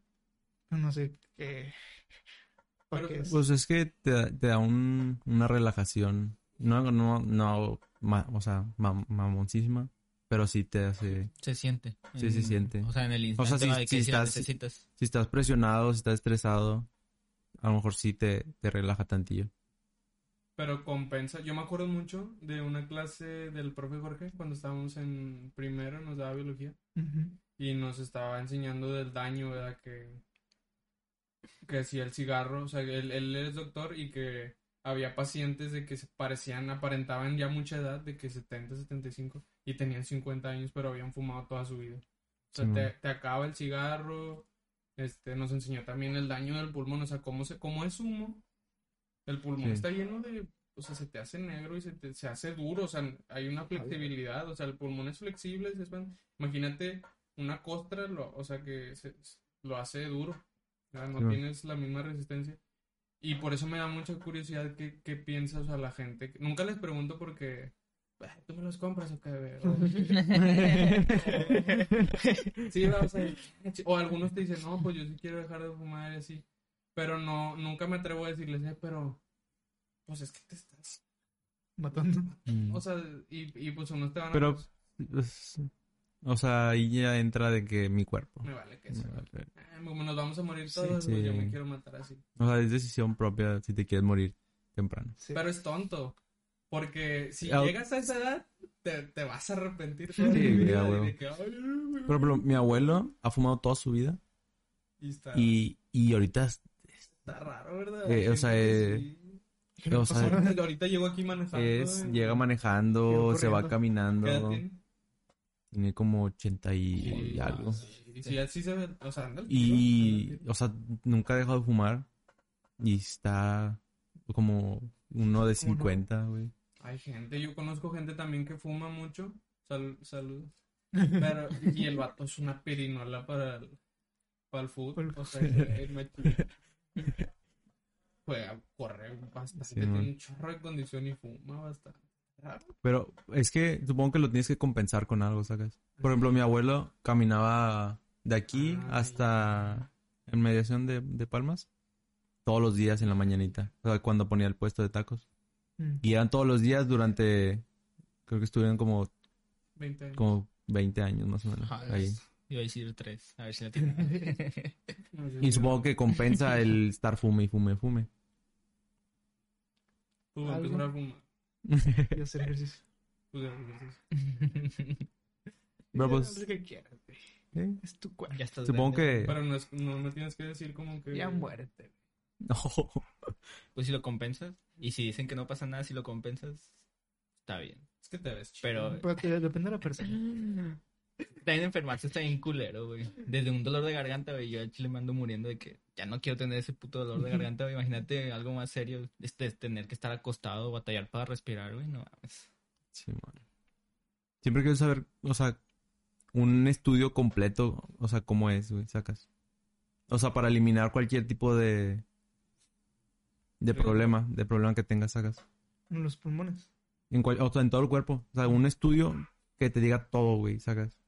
[SPEAKER 1] No sé qué. ¿Para
[SPEAKER 2] Pero,
[SPEAKER 1] qué es?
[SPEAKER 3] Pues es que te, da- te da un- una relajación. No, no, no, ma- o sea, ma- mamoncísima, pero sí te hace...
[SPEAKER 4] Se siente.
[SPEAKER 3] Sí, se siente.
[SPEAKER 4] O sea, en el
[SPEAKER 3] O
[SPEAKER 4] instante
[SPEAKER 3] sea, si-
[SPEAKER 4] ah, de que
[SPEAKER 3] si
[SPEAKER 4] si la
[SPEAKER 3] estás-
[SPEAKER 4] necesitas.
[SPEAKER 3] [LAUGHS] Si estás presionado, si estás estresado, a lo mejor sí te, te relaja tantillo.
[SPEAKER 2] Pero compensa. Yo me acuerdo mucho de una clase del profe Jorge cuando estábamos en primero, nos daba biología
[SPEAKER 1] Ujú.
[SPEAKER 2] y nos estaba enseñando del daño, ¿verdad? Que, que hacía el cigarro. O sea, él, él es doctor y que había pacientes de que se parecían, aparentaban ya mucha edad, de que 70, 75 y tenían 50 años, pero habían fumado toda su vida. O sea,
[SPEAKER 3] Sí,
[SPEAKER 2] te,
[SPEAKER 3] man.
[SPEAKER 2] te acaba el cigarro. Este, nos enseñó también el daño del pulmón, o sea, cómo, se, cómo es humo. El pulmón
[SPEAKER 3] Sí.
[SPEAKER 2] está lleno de, o sea, se te hace negro y se, te- se hace duro, o sea, hay una flexibilidad, o sea, el pulmón es flexible. es- es- imagínate una costra, lo, o sea, que se- lo hace duro, ya no
[SPEAKER 3] Sí, man.
[SPEAKER 2] tienes la misma resistencia. Y por eso me da mucha curiosidad qué, qué piensa, o sea, la gente. Nunca les pregunto porque, "Ah, ¿tú me los compras o qué?
[SPEAKER 3] [LAUGHS]
[SPEAKER 2] O- Sí, va, o, sea, o algunos te dicen, no, pues yo sí quiero dejar de fumar y así. Pero no, nunca me atrevo a decirles, "Eh, pero pues es que te estás.
[SPEAKER 1] Matando.
[SPEAKER 3] Mm.
[SPEAKER 2] O sea, y, y pues unos te van a.
[SPEAKER 3] Pero-
[SPEAKER 2] pues,
[SPEAKER 3] Es- O sea, ahí ya entra de que mi cuerpo.
[SPEAKER 2] me vale que eso. ah,
[SPEAKER 3] Me vale.
[SPEAKER 2] Como nos vamos a morir todos,
[SPEAKER 3] Sí.
[SPEAKER 2] pues, yo me quiero matar así.
[SPEAKER 3] O sea, es decisión propia si te quieres morir temprano.
[SPEAKER 1] Sí.
[SPEAKER 2] Pero es tonto. Porque si
[SPEAKER 3] Ah,
[SPEAKER 2] llegas a esa edad, te, te vas a arrepentir.
[SPEAKER 3] Sí,
[SPEAKER 2] tu vida
[SPEAKER 3] ya,
[SPEAKER 2] y de
[SPEAKER 3] huevo.
[SPEAKER 2] que, "Ay, güey".
[SPEAKER 3] Por ejemplo, mi abuelo ha fumado toda su vida
[SPEAKER 2] Y está,
[SPEAKER 3] y, y ahorita es-
[SPEAKER 2] está raro, ¿verdad?
[SPEAKER 3] Eh, o sea,
[SPEAKER 2] Gente que
[SPEAKER 3] eh,
[SPEAKER 2] sí.
[SPEAKER 1] ¿Qué me
[SPEAKER 3] o
[SPEAKER 1] pasó?
[SPEAKER 3] sea, [LAUGHS]
[SPEAKER 2] Ahorita llego aquí manejando.
[SPEAKER 3] es-
[SPEAKER 2] eh,
[SPEAKER 3] llega
[SPEAKER 1] Llego
[SPEAKER 3] manejando, se
[SPEAKER 1] corriendo.
[SPEAKER 2] ¿qué
[SPEAKER 3] va
[SPEAKER 2] edad
[SPEAKER 3] caminando.
[SPEAKER 2] tiene?
[SPEAKER 3] Tiene como 80 y,
[SPEAKER 2] Y-
[SPEAKER 3] algo.
[SPEAKER 2] ah, sí, Y si así se ve, o sea, anda al tiro, anda al
[SPEAKER 3] Y,
[SPEAKER 2] tiro.
[SPEAKER 3] o sea, nunca ha dejado de fumar. Y está como uno
[SPEAKER 1] ¿Cómo no?
[SPEAKER 3] de 50, güey.
[SPEAKER 2] Hay gente, yo conozco gente también que fuma mucho. Sal- saludos. Pero, y el vato es una pirinola para el, para el fútbol. O sea, el machín. Juega, corre bastante,
[SPEAKER 3] Sí,
[SPEAKER 2] tiene
[SPEAKER 3] man.
[SPEAKER 2] un chorro de condición y fuma bastante.
[SPEAKER 3] Pero es que supongo que lo tienes que compensar con algo, ¿sacas? Por ejemplo, mi abuelo caminaba de aquí
[SPEAKER 2] Ah,
[SPEAKER 3] hasta en mediación de, de Palmas todos los días en la mañanita. O sea, cuando ponía el puesto de tacos.
[SPEAKER 1] [LAUGHS] Mm.
[SPEAKER 3] Y eran todos los días durante, creo que estuvieron como,
[SPEAKER 2] 20 años.
[SPEAKER 3] como 20 años más o menos.
[SPEAKER 4] Ajá,
[SPEAKER 3] ahí.
[SPEAKER 4] es- Iba a decir tres. A ver si la [LAUGHS] tiene.
[SPEAKER 2] No sé,
[SPEAKER 3] Y supongo que compensa el estar fume y fume, fume. [LAUGHS]
[SPEAKER 2] Tú empezar a fumar. Pues,
[SPEAKER 1] Y hacer ejercicio.
[SPEAKER 2] tú de- de- de-
[SPEAKER 3] Pero
[SPEAKER 1] Ya,
[SPEAKER 3] pues-
[SPEAKER 1] haz lo que quieras, güey.
[SPEAKER 3] ¿Eh?
[SPEAKER 1] Es tu cuerpo.
[SPEAKER 4] ya estás
[SPEAKER 3] Supongo
[SPEAKER 4] grande.
[SPEAKER 3] que...
[SPEAKER 2] Pero no, es- no me tienes que decir como que.
[SPEAKER 1] Ya muérete. güey.
[SPEAKER 3] [LAUGHS] No.
[SPEAKER 4] Pues si lo compensas. Y si dicen que no pasa nada, si lo compensas, está bien.
[SPEAKER 2] Es que te ves chido.
[SPEAKER 4] Pero
[SPEAKER 1] Pero te- depende de la persona.
[SPEAKER 4] También enfermarse está bien culero, güey. Desde un dolor de garganta, güey. Yo al chile me ando muriendo de que ya no quiero tener ese puto dolor de garganta, güey. Imagínate algo más serio. Este, es tener que estar acostado, batallar para respirar, güey. No mames.
[SPEAKER 3] Sí, man. Siempre quiero saber, o sea, un estudio completo, o sea, cómo es, güey, sacas. O sea, para eliminar cualquier tipo de de
[SPEAKER 2] Sí.
[SPEAKER 3] problema, de problema que tengas, sacas.
[SPEAKER 1] En los pulmones.
[SPEAKER 3] En cual- o sea, en todo el cuerpo, o sea, un estudio que te diga todo, güey, sacas.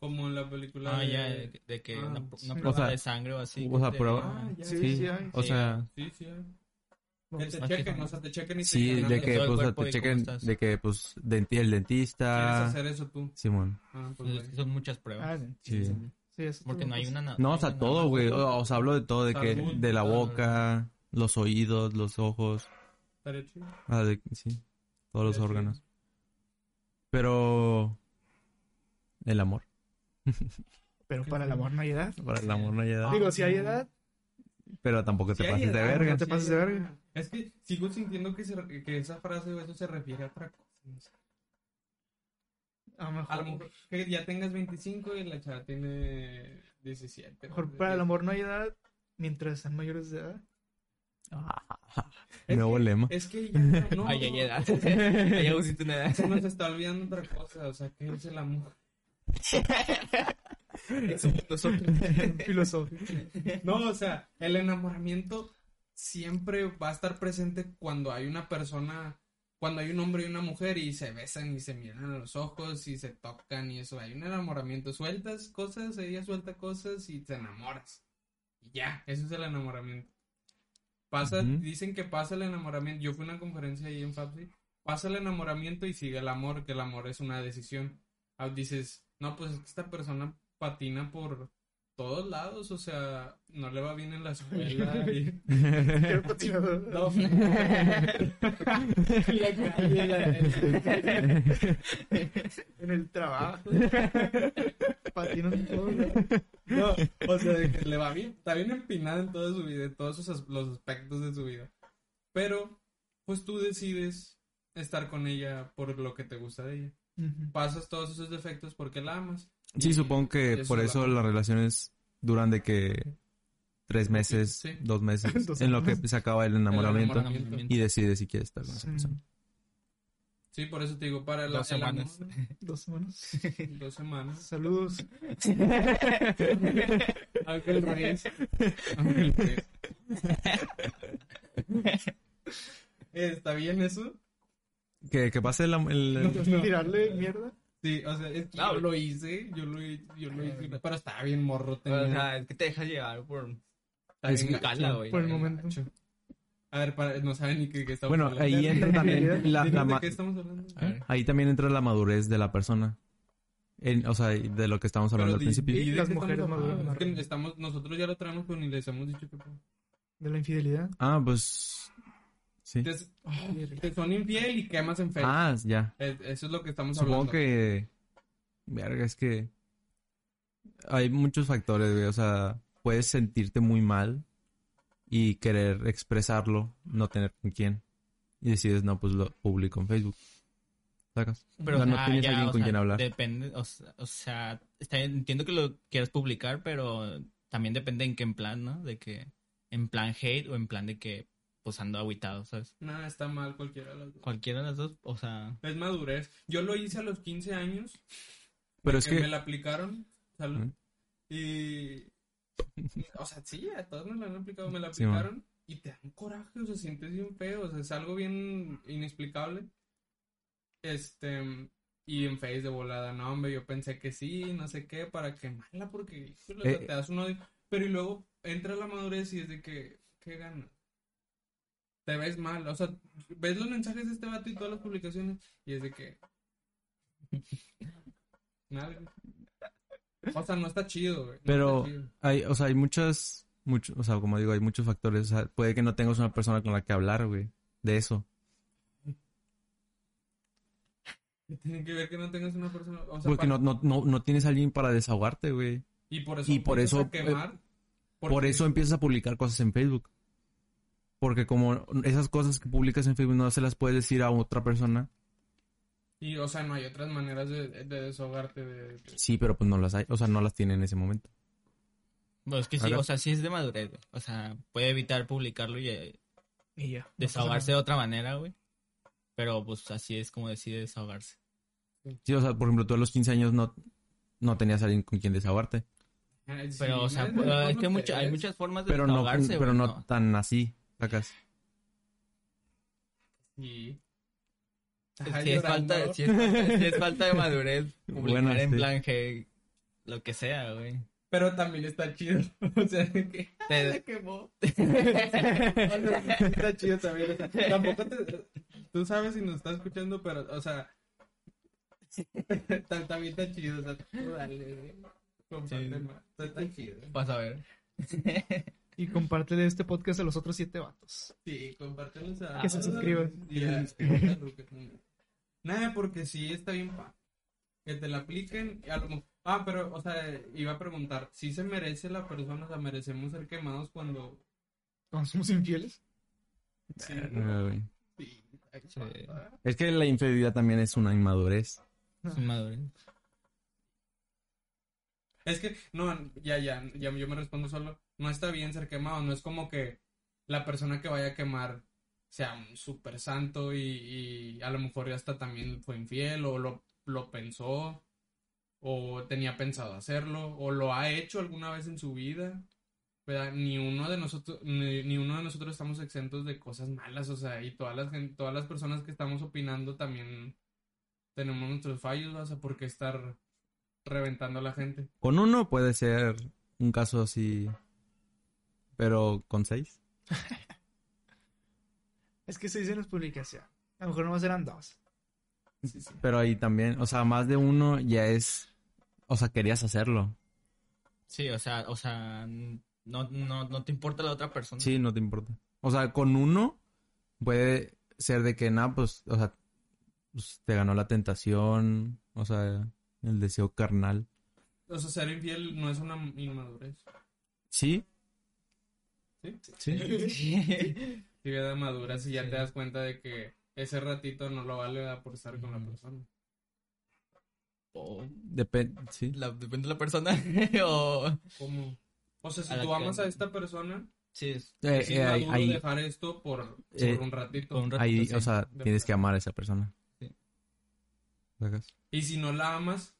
[SPEAKER 2] Como en la película.
[SPEAKER 4] Ah,
[SPEAKER 2] de-
[SPEAKER 4] ya, de, de que
[SPEAKER 2] Ah,
[SPEAKER 4] una,
[SPEAKER 2] sí.
[SPEAKER 4] una
[SPEAKER 1] O
[SPEAKER 4] prueba
[SPEAKER 3] sea,
[SPEAKER 4] de sangre o así.
[SPEAKER 3] o
[SPEAKER 4] que
[SPEAKER 3] sea,
[SPEAKER 4] te
[SPEAKER 3] prueba-
[SPEAKER 4] diga,
[SPEAKER 2] Ah, ya,
[SPEAKER 1] Sí,
[SPEAKER 3] Sí,
[SPEAKER 1] sí, hay.
[SPEAKER 3] o
[SPEAKER 4] Sí.
[SPEAKER 3] sea,
[SPEAKER 2] Sí, sí. hay.
[SPEAKER 1] No,
[SPEAKER 2] Que te
[SPEAKER 4] más que
[SPEAKER 2] chequen,
[SPEAKER 4] nada.
[SPEAKER 2] o sea, te chequen y te
[SPEAKER 3] sí,
[SPEAKER 2] digan,
[SPEAKER 3] de
[SPEAKER 2] "Ah,
[SPEAKER 4] todo
[SPEAKER 3] que,
[SPEAKER 4] el
[SPEAKER 3] pues, o sea,
[SPEAKER 4] cuerpo
[SPEAKER 3] te
[SPEAKER 4] y cómo
[SPEAKER 3] chequen,
[SPEAKER 4] estás.
[SPEAKER 3] de que, pues, denti- el
[SPEAKER 2] ¿Quieres
[SPEAKER 3] dentista,
[SPEAKER 2] hacer eso tú?
[SPEAKER 3] Simón.
[SPEAKER 2] Ah, pues,
[SPEAKER 4] pues,
[SPEAKER 2] güey.
[SPEAKER 4] son muchas
[SPEAKER 1] Ah,
[SPEAKER 4] pruebas.
[SPEAKER 3] Sí.
[SPEAKER 1] sí, pues. eso
[SPEAKER 4] Porque
[SPEAKER 1] todo
[SPEAKER 4] Ah, no hay
[SPEAKER 1] pasa.
[SPEAKER 4] una na-
[SPEAKER 3] No, o
[SPEAKER 4] hay
[SPEAKER 3] sea,
[SPEAKER 4] una
[SPEAKER 3] todo,
[SPEAKER 4] nada.
[SPEAKER 3] güey. oh. O, o sea, hablo de todo, de que,
[SPEAKER 2] Salud,
[SPEAKER 3] de la
[SPEAKER 2] todo.
[SPEAKER 3] boca, los oídos, los ojos,
[SPEAKER 2] Estaría chido.
[SPEAKER 3] ah, de- sí, todos los
[SPEAKER 2] Estaría
[SPEAKER 3] órganos.
[SPEAKER 2] chido.
[SPEAKER 3] Pero el amor.
[SPEAKER 1] Pero para el amor no hay edad.
[SPEAKER 3] Para el amor no hay edad.
[SPEAKER 1] Digo, si hay edad,
[SPEAKER 3] Pero tampoco te
[SPEAKER 2] Sí hay
[SPEAKER 3] pases de
[SPEAKER 2] edad,
[SPEAKER 3] verga.
[SPEAKER 1] no te
[SPEAKER 2] sí
[SPEAKER 1] pases
[SPEAKER 2] hay
[SPEAKER 1] de
[SPEAKER 2] edad.
[SPEAKER 1] verga.
[SPEAKER 2] Es que sigo sintiendo que, se re- que esa frase o eso se refiere a otra cosa. no sé.
[SPEAKER 1] a lo mejor.
[SPEAKER 2] A lo mejor que ya tengas 25 y la chava tiene 17.
[SPEAKER 1] mejor para el amor no hay edad mientras sean mayores de edad.
[SPEAKER 2] [LAUGHS]
[SPEAKER 3] Nuevo lema.
[SPEAKER 2] Es que ya no.
[SPEAKER 4] [LAUGHS] [LAUGHS] Ay,
[SPEAKER 2] [LAUGHS]
[SPEAKER 4] ay, edad. Ay, ya pusiste una edad.
[SPEAKER 2] Se
[SPEAKER 4] [LAUGHS]
[SPEAKER 2] nos está olvidando otra cosa, o sea, que es el amor.
[SPEAKER 1] [LAUGHS]
[SPEAKER 4] Somos nosotros.
[SPEAKER 1] Filosófico.
[SPEAKER 2] No, o sea, el enamoramiento siempre va a estar presente cuando hay una persona, cuando hay un hombre y una mujer y se besan y se miran a los ojos y se tocan y eso, hay un enamoramiento, sueltas cosas, ella suelta cosas y te enamoras. Y ya, eso es el enamoramiento. Pasa,
[SPEAKER 3] Ujú.
[SPEAKER 2] dicen que pasa el enamoramiento, yo fui a una conferencia ahí en Fabsi, pasa el enamoramiento y sigue el amor, que el amor es una decisión. Ah, Dices, no, pues es que esta persona patina por todos lados, o sea, no le va bien [LAUGHS] en la escuela y-
[SPEAKER 1] Quiero continuar.
[SPEAKER 2] no. La calle,
[SPEAKER 1] [LAUGHS]
[SPEAKER 2] la-
[SPEAKER 1] En el trabajo. Patinan en todo. ¿no?
[SPEAKER 2] No, o sea, de que le va bien, está bien empinada en toda su vida, en todos sus as- los aspectos de su vida. Pero, pues tú decides estar con ella por lo que te gusta de ella.
[SPEAKER 1] Ujú.
[SPEAKER 2] Pasas todos esos defectos porque la amas.
[SPEAKER 3] [LAUGHS] Sí, supongo que
[SPEAKER 2] Eso
[SPEAKER 3] por
[SPEAKER 2] va.
[SPEAKER 3] eso las relaciones duran de que tres meses,
[SPEAKER 2] Sí.
[SPEAKER 3] dos meses,
[SPEAKER 1] Dos
[SPEAKER 3] en lo que se acaba el enamoramiento
[SPEAKER 2] El enamoramiento.
[SPEAKER 3] y decides si quieres estar con
[SPEAKER 1] Sí.
[SPEAKER 3] esa persona.
[SPEAKER 2] Sí, por eso te digo, para la,
[SPEAKER 4] Dos
[SPEAKER 2] el amor,
[SPEAKER 4] semanas.
[SPEAKER 1] Dos [LAUGHS] semanas.
[SPEAKER 2] [LAUGHS] dos [LAUGHS] semanas.
[SPEAKER 1] Saludos.
[SPEAKER 2] Ángel Reyes. Ángel Reyes. ¿Está bien eso?
[SPEAKER 3] Que, que pase el... am- el- el-
[SPEAKER 2] No.
[SPEAKER 1] Tirarle mierda.
[SPEAKER 2] Sí, o sea, es que
[SPEAKER 4] No,
[SPEAKER 2] yo lo hice, yo lo, hi- yo lo hice, pero estaba bien morro, tenía,
[SPEAKER 4] O sea, es que te dejas llevar por...
[SPEAKER 2] estaba
[SPEAKER 3] es
[SPEAKER 2] bien
[SPEAKER 4] que- cala, güey.
[SPEAKER 1] Por el
[SPEAKER 4] Ay,
[SPEAKER 1] momento.
[SPEAKER 2] gacho. A ver, para, no saben ni qué, qué estamos
[SPEAKER 3] Bueno,
[SPEAKER 2] hablando.
[SPEAKER 3] ahí entra también la,
[SPEAKER 2] Dinos
[SPEAKER 3] la
[SPEAKER 2] de
[SPEAKER 3] ma-
[SPEAKER 2] qué estamos hablando.
[SPEAKER 4] A ver.
[SPEAKER 3] ahí también entra la madurez de la persona. En- o sea, de lo que estábamos hablando
[SPEAKER 2] Pero
[SPEAKER 3] al
[SPEAKER 2] di-
[SPEAKER 3] principio.
[SPEAKER 2] di de
[SPEAKER 1] Las
[SPEAKER 2] qué
[SPEAKER 1] mujeres
[SPEAKER 2] estamos
[SPEAKER 1] maduran
[SPEAKER 2] hablando.
[SPEAKER 1] más
[SPEAKER 2] Es que
[SPEAKER 1] rápido.
[SPEAKER 2] estamos, nosotros ya lo traemos, pero ni les hemos dicho que pedo.
[SPEAKER 1] De la infidelidad.
[SPEAKER 3] Ah, pues... Sí.
[SPEAKER 2] Te- Te son infiel y quemas en fe.
[SPEAKER 3] Ah, ya.
[SPEAKER 2] Es- Eso es lo que estamos
[SPEAKER 3] Supongo
[SPEAKER 2] hablando.
[SPEAKER 3] que. Verga, es que. Hay muchos factores, güey. O sea, puedes sentirte muy mal y querer expresarlo, no tener con quién. Y decides, no, pues lo publico en Facebook. ¿Sacas?
[SPEAKER 4] Pero,
[SPEAKER 3] O sea, no
[SPEAKER 4] o sea,
[SPEAKER 3] tienes
[SPEAKER 4] ya,
[SPEAKER 3] alguien
[SPEAKER 4] o
[SPEAKER 3] con
[SPEAKER 4] sea,
[SPEAKER 3] quien hablar.
[SPEAKER 4] Depende, o sea, o sea, está bien, entiendo que lo quieras publicar, pero también depende en qué en plan, ¿no? De que, en plan hate o en plan de que, pues ando aguitado, ¿sabes?
[SPEAKER 2] Nada, está mal cualquiera de las dos.
[SPEAKER 4] Cualquiera de las dos, o sea,
[SPEAKER 2] Es madurez. Yo lo hice a los 15 años.
[SPEAKER 3] Pero es
[SPEAKER 2] que me
[SPEAKER 3] que.
[SPEAKER 2] la aplicaron. salud,
[SPEAKER 3] Ujú.
[SPEAKER 2] Y. O sea, sí, a todos nos la han aplicado. Me la
[SPEAKER 3] Sí, man.
[SPEAKER 2] aplicaron y te da un coraje, o sea, sientes bien feo. O sea, es algo bien inexplicable. Este. Y en Face de volada, no, hombre, yo pensé que sí, no sé qué, para quemarla, porque híjole, o sea,
[SPEAKER 3] Eh,
[SPEAKER 2] te das un odio. Pero y luego entra la madurez y es de que, ¿qué gana? Te ves mal, o sea, ves los mensajes de este vato y todas las publicaciones y es de que... Nada. güey. O sea, no está chido, güey. no
[SPEAKER 3] Pero-
[SPEAKER 2] está chido.
[SPEAKER 3] Hay, o sea, hay muchas. Mucho, o sea, como digo, hay muchos factores. O sea, puede que no tengas una persona con la que hablar, güey. De eso.
[SPEAKER 2] Tiene que ver que no tengas una persona... O sea,
[SPEAKER 3] Porque
[SPEAKER 2] para-
[SPEAKER 3] no, no, no, no tienes alguien para desahogarte, güey.
[SPEAKER 2] Y por eso...
[SPEAKER 3] y por
[SPEAKER 2] empiezas
[SPEAKER 3] eso,
[SPEAKER 2] a quemar,
[SPEAKER 3] Por
[SPEAKER 2] porque-
[SPEAKER 3] eso em empiezas a publicar cosas en Facebook. Porque como esas cosas que publicas en Facebook no se las puedes decir a otra persona.
[SPEAKER 2] Y, o sea, no hay otras maneras de, de deshogarte de... de-
[SPEAKER 3] Sí, pero pues no las hay. O sea, no las tiene en ese momento.
[SPEAKER 4] bueno, es que sí,
[SPEAKER 3] Ahora-
[SPEAKER 4] o sea, sí es de madurez, güey. O sea, puede evitar publicarlo y eh,
[SPEAKER 1] Y ya.
[SPEAKER 4] desahogarse de otra manera, güey. Pero, pues, así es como decide desahogarse.
[SPEAKER 3] Sí, o sea, por ejemplo, tú a los 15 años no, no tenías alguien con quien desahogarte.
[SPEAKER 2] Ay, sí,
[SPEAKER 4] Pero, o sea,
[SPEAKER 2] nada, ¿cómo
[SPEAKER 4] pues, es que
[SPEAKER 2] te
[SPEAKER 4] mucha- hay
[SPEAKER 2] ves?
[SPEAKER 4] muchas formas de
[SPEAKER 3] Pero no,
[SPEAKER 4] desahogarse, güey,
[SPEAKER 3] pero no,
[SPEAKER 4] ¿no?
[SPEAKER 3] tan así. Sacas.
[SPEAKER 2] Sí. Ay,
[SPEAKER 4] Si es,
[SPEAKER 2] llorando.
[SPEAKER 4] falta, sí es falta- sí es falta de
[SPEAKER 3] [LAUGHS]
[SPEAKER 4] madurez publicar
[SPEAKER 3] Bueno,
[SPEAKER 4] en
[SPEAKER 3] sí.
[SPEAKER 4] plan que lo que sea, güey.
[SPEAKER 2] Pero también está chido. [LAUGHS] O sea, que
[SPEAKER 1] [LAUGHS]
[SPEAKER 4] Te- [LAUGHS]
[SPEAKER 2] se quemó. O sea, está chido también. o sea, tampoco te. Tú sabes si nos estás escuchando, pero, o sea. [LAUGHS] ta- También está chido. O sea, tú dale, güey. Comparte
[SPEAKER 4] Sí.
[SPEAKER 2] más. Está, está chido.
[SPEAKER 4] Vas a ver.
[SPEAKER 1] Y compártele este podcast a los otros siete vatos.
[SPEAKER 2] Sí, compártelo.
[SPEAKER 1] Que se suscriban.
[SPEAKER 2] Nada, porque sí está bien pa- que te la apliquen. y a lo mo- Ah, pero, o sea, iba a preguntar, si se merece la persona? O sea, merecemos ser quemados cuando...
[SPEAKER 1] Cuando somos infieles.
[SPEAKER 2] Sí,
[SPEAKER 3] Eh, güey.
[SPEAKER 2] sí, ay,
[SPEAKER 4] Sí.
[SPEAKER 2] papá.
[SPEAKER 3] Es que la infidelidad también es una inmadurez.
[SPEAKER 4] Sin madurez.
[SPEAKER 2] Es que, no, ya, ya, ya, yo me respondo solo. No está bien ser quemado, no es como que la persona que vaya a quemar sea un super santo y, y a lo mejor ya hasta también fue infiel o lo, lo pensó o tenía pensado hacerlo o lo ha hecho alguna vez en su vida. ¿verdad? Ni uno de nosotros ni, ni uno de nosotros estamos exentos de cosas malas, o sea, y todas las gen- todas las personas que estamos opinando también tenemos nuestros fallos, ¿verdad? o sea, por qué estar reventando a la gente.
[SPEAKER 3] Con uno puede ser un caso así, pero con seis.
[SPEAKER 1] Es que se dice en las publicaciones. A lo mejor nomás eran dos.
[SPEAKER 2] Sí, sí.
[SPEAKER 3] Pero ahí también, o sea, más de uno ya es, o sea, querías hacerlo.
[SPEAKER 4] Sí, o sea, o sea, n- no, no, no te importa la otra persona. [LAUGHS]
[SPEAKER 3] Sí, no te importa. O sea, con uno puede ser de que nada, pues, o sea, pues, te ganó la tentación, o sea, el deseo carnal.
[SPEAKER 2] O sea, ser infiel no es una inmadurez.
[SPEAKER 3] Sí,
[SPEAKER 2] Sí, sí.
[SPEAKER 3] sí.
[SPEAKER 2] Si ya maduras y ya
[SPEAKER 4] Sí.
[SPEAKER 2] te das cuenta de que ese ratito no lo vale ¿verdad? por estar con la
[SPEAKER 4] Ujú.
[SPEAKER 2] persona.
[SPEAKER 4] O
[SPEAKER 3] Depende, sí.
[SPEAKER 4] la- depende de la persona. [LAUGHS] o...
[SPEAKER 2] ¿Cómo? O sea, si
[SPEAKER 4] A la
[SPEAKER 2] tú
[SPEAKER 4] que-
[SPEAKER 2] amas a esta persona,
[SPEAKER 4] Sí, es-
[SPEAKER 3] Eh,
[SPEAKER 2] es
[SPEAKER 3] eh, ahí,
[SPEAKER 2] inmaduro
[SPEAKER 3] ahí-
[SPEAKER 2] dejar esto por, por
[SPEAKER 3] Eh,
[SPEAKER 2] un ratito.
[SPEAKER 4] por un ratito,
[SPEAKER 3] ahí,
[SPEAKER 4] sí.
[SPEAKER 3] o sea, tienes que amar a esa persona.
[SPEAKER 4] Sí.
[SPEAKER 3] ¿Sacas?
[SPEAKER 2] Y si no la amas,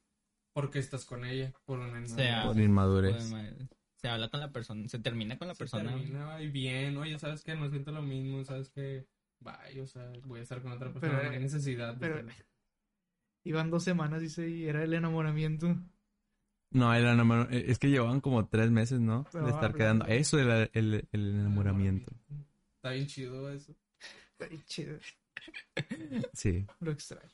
[SPEAKER 2] porque estás con ella por una inmadurez.
[SPEAKER 4] sea,
[SPEAKER 3] Por
[SPEAKER 4] Ah, Sí.
[SPEAKER 3] inmadurez.
[SPEAKER 4] Bueno, se habla con la persona, se termina con la
[SPEAKER 2] Se
[SPEAKER 4] persona.
[SPEAKER 2] termina, y bien, oye, sabes que no siento lo mismo, sabes que bye, o sea, voy a estar con otra persona,
[SPEAKER 1] Pero,
[SPEAKER 2] no hay necesidad. de
[SPEAKER 1] pero-
[SPEAKER 2] tener-
[SPEAKER 1] Iban dos semanas, dice, y era el enamoramiento.
[SPEAKER 3] No, el enamor- eh, es que llevaban como tres meses, ¿no?
[SPEAKER 1] Pero
[SPEAKER 3] de estar
[SPEAKER 1] hablando.
[SPEAKER 3] quedando. Eso era el, el enamoramiento.
[SPEAKER 2] Está bien chido eso.
[SPEAKER 1] Ay, chido,
[SPEAKER 3] [LAUGHS] Sí.
[SPEAKER 1] lo extraño.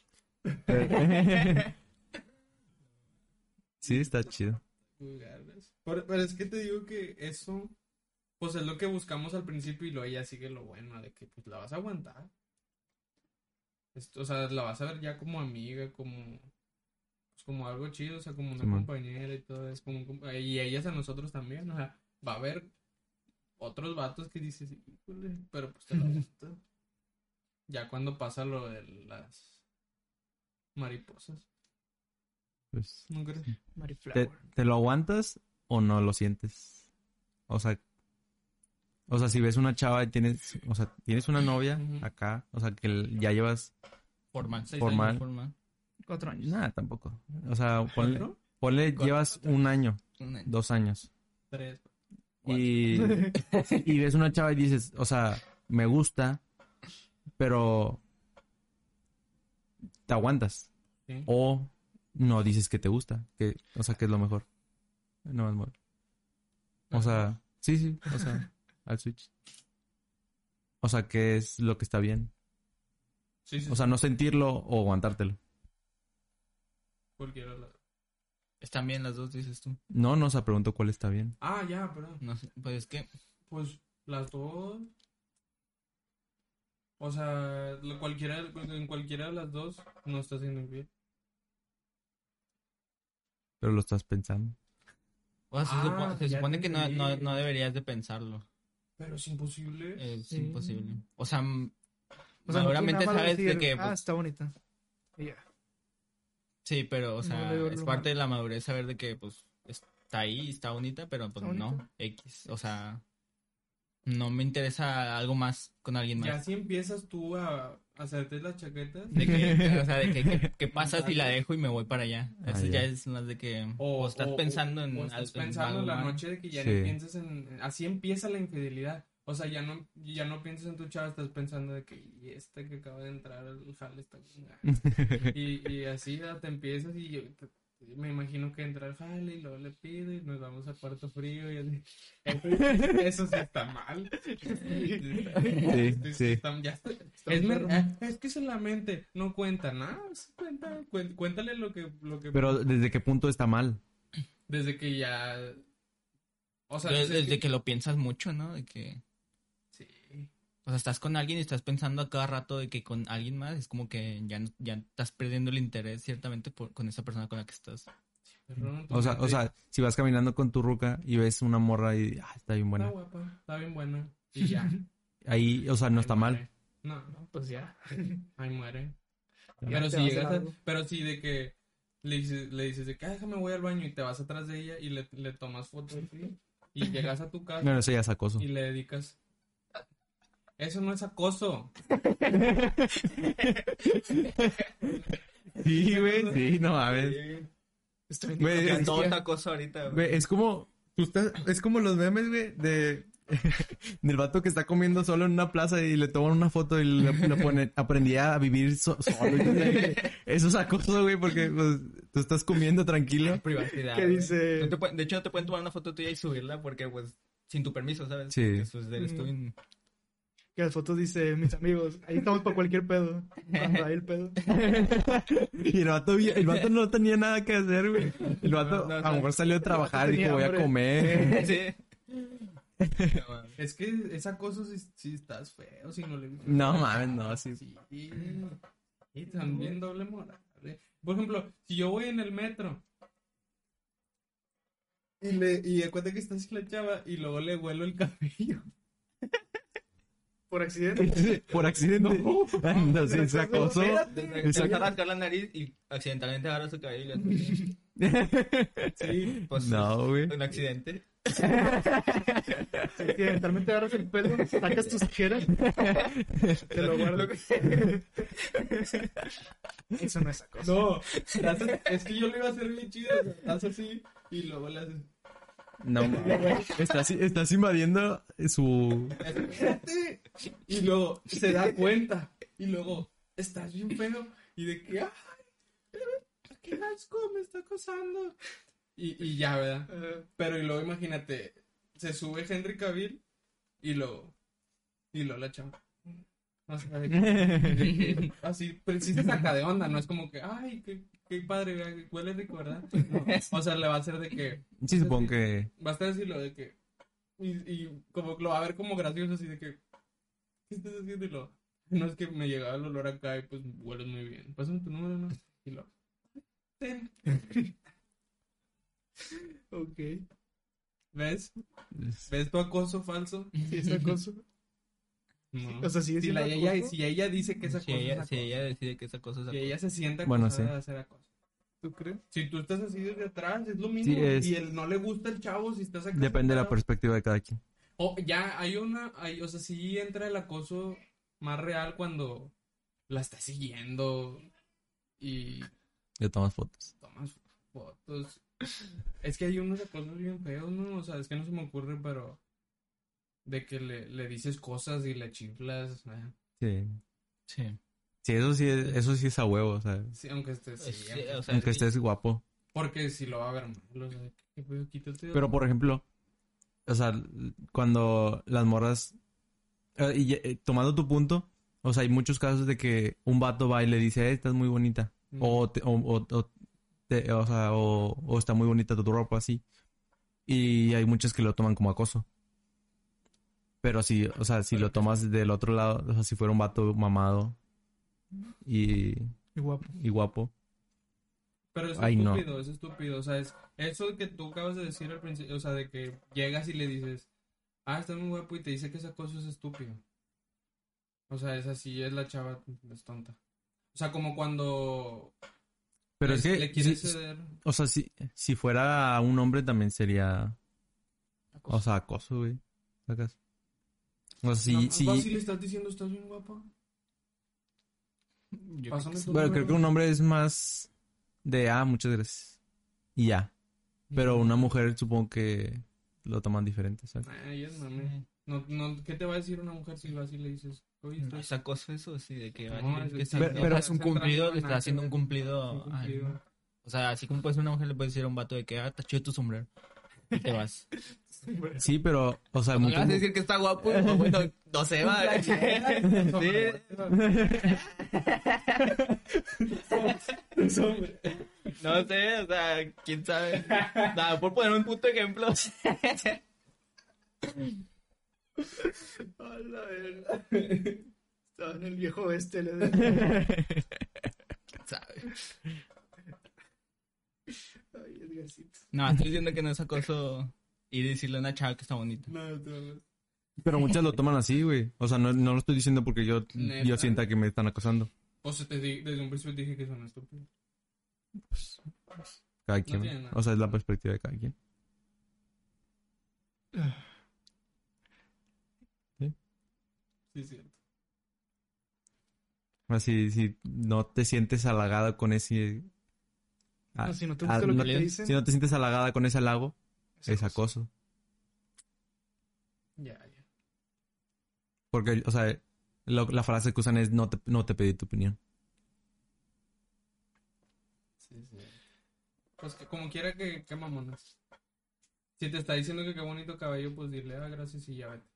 [SPEAKER 3] sí, está chido.
[SPEAKER 2] lugares. Pero, pero es que te digo que eso, pues es lo que buscamos al principio y luego ya sigue lo bueno, de que pues la vas a aguantar. Esto, o sea, la vas a ver ya como amiga, como, pues, como algo chido, o sea, como una
[SPEAKER 3] Simón.
[SPEAKER 2] compañera y todo, es como un compa- y ellas a nosotros también, o sea, va a haber otros vatos que dices, "Híjole", pero pues te
[SPEAKER 3] [LAUGHS]
[SPEAKER 2] lo gusta. Ya cuando pasa lo de las mariposas,
[SPEAKER 3] Pues,
[SPEAKER 2] ¿no crees?
[SPEAKER 1] Mary
[SPEAKER 3] ¿te,
[SPEAKER 1] Flower.
[SPEAKER 3] te lo aguantas o no lo sientes? O sea, o sea, si ves una chava y tienes, o sea, tienes una novia
[SPEAKER 2] Ujú.
[SPEAKER 3] acá, o sea, que l- ya llevas
[SPEAKER 4] Formal, seis
[SPEAKER 3] Formal.
[SPEAKER 4] años formal.
[SPEAKER 1] Cuatro años.
[SPEAKER 3] nada tampoco. O sea, ponle,
[SPEAKER 2] ¿Cuatro?
[SPEAKER 3] ponle llevas un año,
[SPEAKER 4] Un año.
[SPEAKER 3] dos años.
[SPEAKER 2] Tres.
[SPEAKER 3] Y,
[SPEAKER 2] [LAUGHS]
[SPEAKER 3] y ves una chava y dices, o sea, me gusta, pero te aguantas.
[SPEAKER 2] Sí.
[SPEAKER 3] O no dices que te gusta, que, o sea, que es lo mejor. No más mole. O sea, sí, sí, o [LAUGHS] sea, al switch. O sea, que es lo que está bien.
[SPEAKER 2] Sí, sí,
[SPEAKER 3] O sea, no sentirlo o aguantártelo.
[SPEAKER 2] cualquiera de las-
[SPEAKER 4] Están bien las dos, dices tú.
[SPEAKER 3] No, no, o sea, pregunto cuál está bien.
[SPEAKER 2] Ah, ya, perdón.
[SPEAKER 4] No sé, pues es que
[SPEAKER 2] Pues las dos. O sea, lo- cualquiera, en cualquiera de las dos no está haciendo bien.
[SPEAKER 3] Pero lo estás pensando.
[SPEAKER 4] o sea, se,
[SPEAKER 2] Ah,
[SPEAKER 4] supo- se
[SPEAKER 2] ya
[SPEAKER 4] supone
[SPEAKER 2] te
[SPEAKER 4] que no, no,
[SPEAKER 2] entendí.
[SPEAKER 4] no deberías de pensarlo.
[SPEAKER 2] Pero es imposible.
[SPEAKER 4] Es
[SPEAKER 1] Sí.
[SPEAKER 4] imposible. O sea, m-
[SPEAKER 1] O sea, no, tú nada
[SPEAKER 4] seguramente
[SPEAKER 1] más
[SPEAKER 4] sabes de
[SPEAKER 1] decir,
[SPEAKER 4] que...
[SPEAKER 1] Ah, está bonita. Y ya.
[SPEAKER 4] Sí, pero, o sea,
[SPEAKER 1] le veo
[SPEAKER 4] es
[SPEAKER 1] lo
[SPEAKER 4] parte de la madurez saber de que, pues, está ahí, está bonita, pero pues
[SPEAKER 1] Está
[SPEAKER 4] no,
[SPEAKER 1] bonita.
[SPEAKER 4] X. O sea, no me interesa algo más con alguien más.
[SPEAKER 2] Ya si empiezas tú a, a hacerte las chaquetas. [LAUGHS]
[SPEAKER 4] De que, o sea, de que, que- que pasa si la dejo y me voy para allá.
[SPEAKER 3] Ah,
[SPEAKER 4] Eso ya
[SPEAKER 3] ya.
[SPEAKER 4] es más de que...
[SPEAKER 2] O,
[SPEAKER 4] O, estás
[SPEAKER 2] o-
[SPEAKER 4] pensando
[SPEAKER 2] o-
[SPEAKER 4] en...
[SPEAKER 2] o estás
[SPEAKER 4] algo- en
[SPEAKER 2] pensando
[SPEAKER 4] algo
[SPEAKER 2] en la
[SPEAKER 4] más.
[SPEAKER 2] noche de que ya
[SPEAKER 3] Sí.
[SPEAKER 2] no piensas en. Así empieza la infidelidad. O sea, ya no, ya no piensas en tu chava, estás pensando de que "Y este que acaba de entrar al jale está con ganas".
[SPEAKER 3] [LAUGHS]
[SPEAKER 2] Y, y así ya te empiezas y yo te- me imagino que entra al jale y luego le pido y nos vamos a cuarto frío y así. Eso, eso sí está mal.
[SPEAKER 3] Sí,
[SPEAKER 2] [LAUGHS] Esto
[SPEAKER 3] sí.
[SPEAKER 2] está- ya está- es, mer- ah, es que solamente no cuenta nada. sí cuenta, cuen- cuéntale lo que, lo que
[SPEAKER 3] Pero ¿desde qué punto está mal?
[SPEAKER 2] desde que ya. O sea,
[SPEAKER 4] Desde,
[SPEAKER 2] dices
[SPEAKER 4] desde que lo piensas mucho, ¿no? De que...
[SPEAKER 2] Sí.
[SPEAKER 4] O sea, estás con alguien y estás pensando a cada rato de que con alguien más es como que ya, no- ya estás perdiendo el interés ciertamente por- con esa persona con la que estás.
[SPEAKER 2] Perdón, tu
[SPEAKER 3] O sea,
[SPEAKER 2] mente
[SPEAKER 3] o sea, si vas caminando con tu ruca y ves una morra y ah, está bien
[SPEAKER 2] Está
[SPEAKER 3] buena.
[SPEAKER 2] guapa, está bien buena. Y
[SPEAKER 3] [LAUGHS]
[SPEAKER 2] ya.
[SPEAKER 3] Ahí, o sea, no está
[SPEAKER 2] Ahí
[SPEAKER 3] mal.
[SPEAKER 2] muere. No,
[SPEAKER 1] No, pues
[SPEAKER 3] [LAUGHS]
[SPEAKER 1] ya.
[SPEAKER 2] ahí muere.
[SPEAKER 3] Ya.
[SPEAKER 2] Pero
[SPEAKER 1] Te vas
[SPEAKER 2] si
[SPEAKER 1] a
[SPEAKER 2] llegas a,
[SPEAKER 1] largo.
[SPEAKER 2] pero si de que le dices, le dices de que "Ah, déjame voy al baño y te vas atrás de
[SPEAKER 3] [LAUGHS]
[SPEAKER 2] ella y le, le tomas foto de ti, y llegas a tu casa
[SPEAKER 3] Bueno, eso ya es acoso.
[SPEAKER 2] y le dedicas Eso no es acoso.
[SPEAKER 3] Sí, güey, sí, no mames.
[SPEAKER 1] Estoy en
[SPEAKER 3] Güey,
[SPEAKER 1] TikTok.
[SPEAKER 3] es-
[SPEAKER 4] Todo está cosa ahorita, güey.
[SPEAKER 3] Güey, es como, tú estás- es como los memes, güey, de, [LAUGHS] del vato que está comiendo solo en una plaza y le toman una foto y le, le ponen, aprendí a vivir so- solo. [LAUGHS] Y tú de- eso es acoso, güey, porque pues, tú estás comiendo tranquilo. [LAUGHS]
[SPEAKER 4] Privacidad.
[SPEAKER 1] ¿Qué
[SPEAKER 4] güey.
[SPEAKER 1] dice?
[SPEAKER 4] No te pueden- de hecho, no te pueden tomar una foto tuya y subirla porque, pues, sin tu permiso, ¿sabes?
[SPEAKER 3] Sí.
[SPEAKER 4] Porque Eso es del
[SPEAKER 1] Mm.
[SPEAKER 4] estudio.
[SPEAKER 1] Que las fotos dice, mis amigos, ahí estamos para cualquier pedo. Cuando hay el pedo.
[SPEAKER 3] Y el vato, vi- el vato no tenía nada que hacer, güey. El
[SPEAKER 4] No,
[SPEAKER 3] vato
[SPEAKER 4] no,
[SPEAKER 3] a
[SPEAKER 4] no.
[SPEAKER 3] lo mejor salió a trabajar
[SPEAKER 1] vato
[SPEAKER 3] y dijo,
[SPEAKER 1] tenía
[SPEAKER 3] voy a
[SPEAKER 1] hambre".
[SPEAKER 3] comer.
[SPEAKER 4] [LAUGHS]
[SPEAKER 3] [LAUGHS]
[SPEAKER 4] Sí. No, mames.
[SPEAKER 2] Es que es acoso si, si estás feo, si no le gustas.
[SPEAKER 3] No mames, no, sí.
[SPEAKER 2] Sí. Y también doble moral. ¿eh? Por ejemplo, si yo voy en el metro y le y de cuenta que está así la chava y luego le huelo el cabello.
[SPEAKER 1] Por accidente.
[SPEAKER 4] [LAUGHS]
[SPEAKER 3] Por accidente. [LAUGHS] No, [LAUGHS] sí, es acoso.
[SPEAKER 4] Te vas a rascar la nariz y accidentalmente agarras su cabello. y- Sí, pues.
[SPEAKER 3] [LAUGHS] No, güey.
[SPEAKER 4] Un accidente.
[SPEAKER 1] Si accidentalmente agarras el pelo, sacas tus tijeras. Te lo guardo. Eso no es acoso.
[SPEAKER 2] No, le haces- es que yo lo iba a hacer bien chido. o sea, Haces así y luego le haces.
[SPEAKER 3] No, mames. Estás, estás invadiendo su...
[SPEAKER 2] espérate. Y luego se da cuenta. Y luego, estás bien feo. Y de que, ay, qué asco, me está acosando. Y, y ya, ¿verdad?
[SPEAKER 1] Eh,
[SPEAKER 2] Pero y luego imagínate, se sube Henry Cavill y luego, y luego la chava. O sea, de que- de que así, pero sí se saca de onda, no es como que, ay, qué, qué padre, vea, huele rico, ¿verdad? Pues No. O sea, le va a hacer de que,
[SPEAKER 3] Sí, supongo que...
[SPEAKER 2] va a estar así lo de que. Y, y como lo va a ver como gracioso, así de que. ¿Qué estás haciendo? Y lo. No es que me llegaba el olor acá y pues hueles muy bien. Pásame tu número, ¿no? Y lo. Ten.
[SPEAKER 1] ok.
[SPEAKER 2] ¿Ves? ¿Ves tu acoso falso?
[SPEAKER 1] Si es acoso.
[SPEAKER 2] No.
[SPEAKER 1] O sea, sigue
[SPEAKER 2] si, la,
[SPEAKER 1] siendo
[SPEAKER 2] ella,
[SPEAKER 1] acoso.
[SPEAKER 2] si ella dice que es acoso,
[SPEAKER 4] Si
[SPEAKER 2] es
[SPEAKER 4] ella,
[SPEAKER 2] acoso.
[SPEAKER 4] si ella decide que esa cosa es
[SPEAKER 2] Si
[SPEAKER 4] acoso.
[SPEAKER 2] ella se sienta
[SPEAKER 3] Bueno,
[SPEAKER 2] acosada
[SPEAKER 3] sí.
[SPEAKER 2] de hacer acoso.
[SPEAKER 1] ¿Tú crees?
[SPEAKER 2] Si tú estás así desde atrás, es lo mismo.
[SPEAKER 3] Sí, es-
[SPEAKER 2] Y él no le gusta el chavo, si estás acá.
[SPEAKER 3] Depende de la
[SPEAKER 2] sentado.
[SPEAKER 3] perspectiva de cada quien.
[SPEAKER 2] O ya hay una, hay, o sea, sí entra el acoso más real cuando la estás siguiendo y
[SPEAKER 3] Le tomas fotos.
[SPEAKER 2] tomas fotos. Es que hay unos acosos bien feos, ¿no? O sea, es que no se me ocurre, pero de que le, le dices cosas y le chiflas, ¿eh?
[SPEAKER 3] Sí.
[SPEAKER 4] Sí.
[SPEAKER 3] Sí, eso sí es, eso sí es a huevo, o sea,
[SPEAKER 2] Sí, aunque estés sí,
[SPEAKER 4] Sí, o sea,
[SPEAKER 3] aunque
[SPEAKER 4] y-
[SPEAKER 3] estés guapo.
[SPEAKER 2] porque si lo va a ver mal, o sea, ¿qué pedo? Quítate.
[SPEAKER 3] Pero por ejemplo, o sea, cuando las morras eh, y ya- eh, tomando tu punto, o sea, hay muchos casos de que un vato va y le dice, "Eh, estás muy bonita."
[SPEAKER 2] Mm.
[SPEAKER 3] O, te- o, o- o te- o sea, o, o está muy bonita tu ropa así. Y hay muchos que lo toman como acoso. Pero si, o sea, si lo tomas del otro lado, o sea, si fuera un vato mamado y,
[SPEAKER 1] Y guapo.
[SPEAKER 3] y guapo.
[SPEAKER 2] Pero es
[SPEAKER 3] Ay, no.
[SPEAKER 2] estúpido, es estúpido. O sea, es eso que tú acabas de decir al principio, o sea, de que llegas y le dices, ah, está muy guapo y te dice que esa cosa es estúpido. O sea, es así, es la chava, es tonta. O sea, como cuando
[SPEAKER 3] Pero
[SPEAKER 2] le,
[SPEAKER 3] es que
[SPEAKER 2] le quieres
[SPEAKER 3] si-
[SPEAKER 2] ceder.
[SPEAKER 3] O sea, si, si fuera un hombre también sería.
[SPEAKER 2] Acoso.
[SPEAKER 3] O sea, acoso, güey. ¿Sacas? O sea, si.
[SPEAKER 2] Nada más
[SPEAKER 3] si-
[SPEAKER 2] vas y le estás diciendo, estás bien guapa.
[SPEAKER 4] yo creo
[SPEAKER 2] Pásame tu
[SPEAKER 3] bueno, creo que
[SPEAKER 2] número".
[SPEAKER 3] un hombre es más de. Ah, muchas gracias. Y ya. Pero una mujer supongo que lo toman diferente, ¿sabes?
[SPEAKER 2] Ay, es
[SPEAKER 4] que-
[SPEAKER 2] mame. No, no, ¿Qué te va a decir una mujer si vas y le dices, oye,
[SPEAKER 4] No,
[SPEAKER 2] estás
[SPEAKER 4] ¿Es acoso eso? Sí, de que, va a
[SPEAKER 2] No, es-
[SPEAKER 4] decir que sí,
[SPEAKER 3] pero-
[SPEAKER 4] no,
[SPEAKER 3] pero-
[SPEAKER 4] es un cumplido, le
[SPEAKER 2] Nada que
[SPEAKER 4] está haciendo un
[SPEAKER 2] ver.
[SPEAKER 4] cumplido.
[SPEAKER 2] bien
[SPEAKER 4] a alguien.
[SPEAKER 2] cumplido".
[SPEAKER 4] O sea, así como puede ser una mujer, le puede decir a un vato de que, ah, está chido tu sombrero. Y te [LAUGHS] vas.
[SPEAKER 3] Sí, pero. O sea,
[SPEAKER 4] No le
[SPEAKER 3] muchas-
[SPEAKER 4] vas a decir que está [LAUGHS] guapo, y, pues, bueno, no se va. [LAUGHS]
[SPEAKER 2] Sobre- sobre-
[SPEAKER 4] No sé, o sea, quién sabe. Nada, por poner un puto ejemplo.
[SPEAKER 1] A la verga. Estaba en el [LAUGHS] viejo este. Le de...
[SPEAKER 4] [LAUGHS] ¿Sabe?
[SPEAKER 1] Ay, Edgarcito.
[SPEAKER 4] No, estoy diciendo que no es acoso ir y decirle a una chava que está bonita.
[SPEAKER 2] No, no.
[SPEAKER 1] [LAUGHS]
[SPEAKER 3] pero muchas lo toman así, güey. O sea, no, no lo estoy diciendo porque yo, yo
[SPEAKER 2] Neta.
[SPEAKER 3] sienta que me están acosando.
[SPEAKER 2] O sea, te di- desde un principio te dije que son estúpidos.
[SPEAKER 3] Cada quien.
[SPEAKER 2] tiene nada.
[SPEAKER 3] o sea, es la perspectiva de cada quien.
[SPEAKER 2] Sí, es cierto.
[SPEAKER 3] Así, si no te sientes halagada con ese... ah,
[SPEAKER 1] No, si no te
[SPEAKER 3] ah,
[SPEAKER 1] gusta lo
[SPEAKER 3] no
[SPEAKER 1] que te
[SPEAKER 3] te-
[SPEAKER 1] dicen,
[SPEAKER 3] si no te sientes halagada con ese halago,
[SPEAKER 1] es
[SPEAKER 3] es
[SPEAKER 1] acoso.
[SPEAKER 3] acoso.
[SPEAKER 1] Ya, ya.
[SPEAKER 3] Porque, o sea, lo- la frase que usan es no te, no te pedí tu opinión.
[SPEAKER 2] Sí, sí. Pues que como quiera que, que mamonas. Si te está diciendo que qué bonito cabello, pues dile, ah, gracias y ya vete.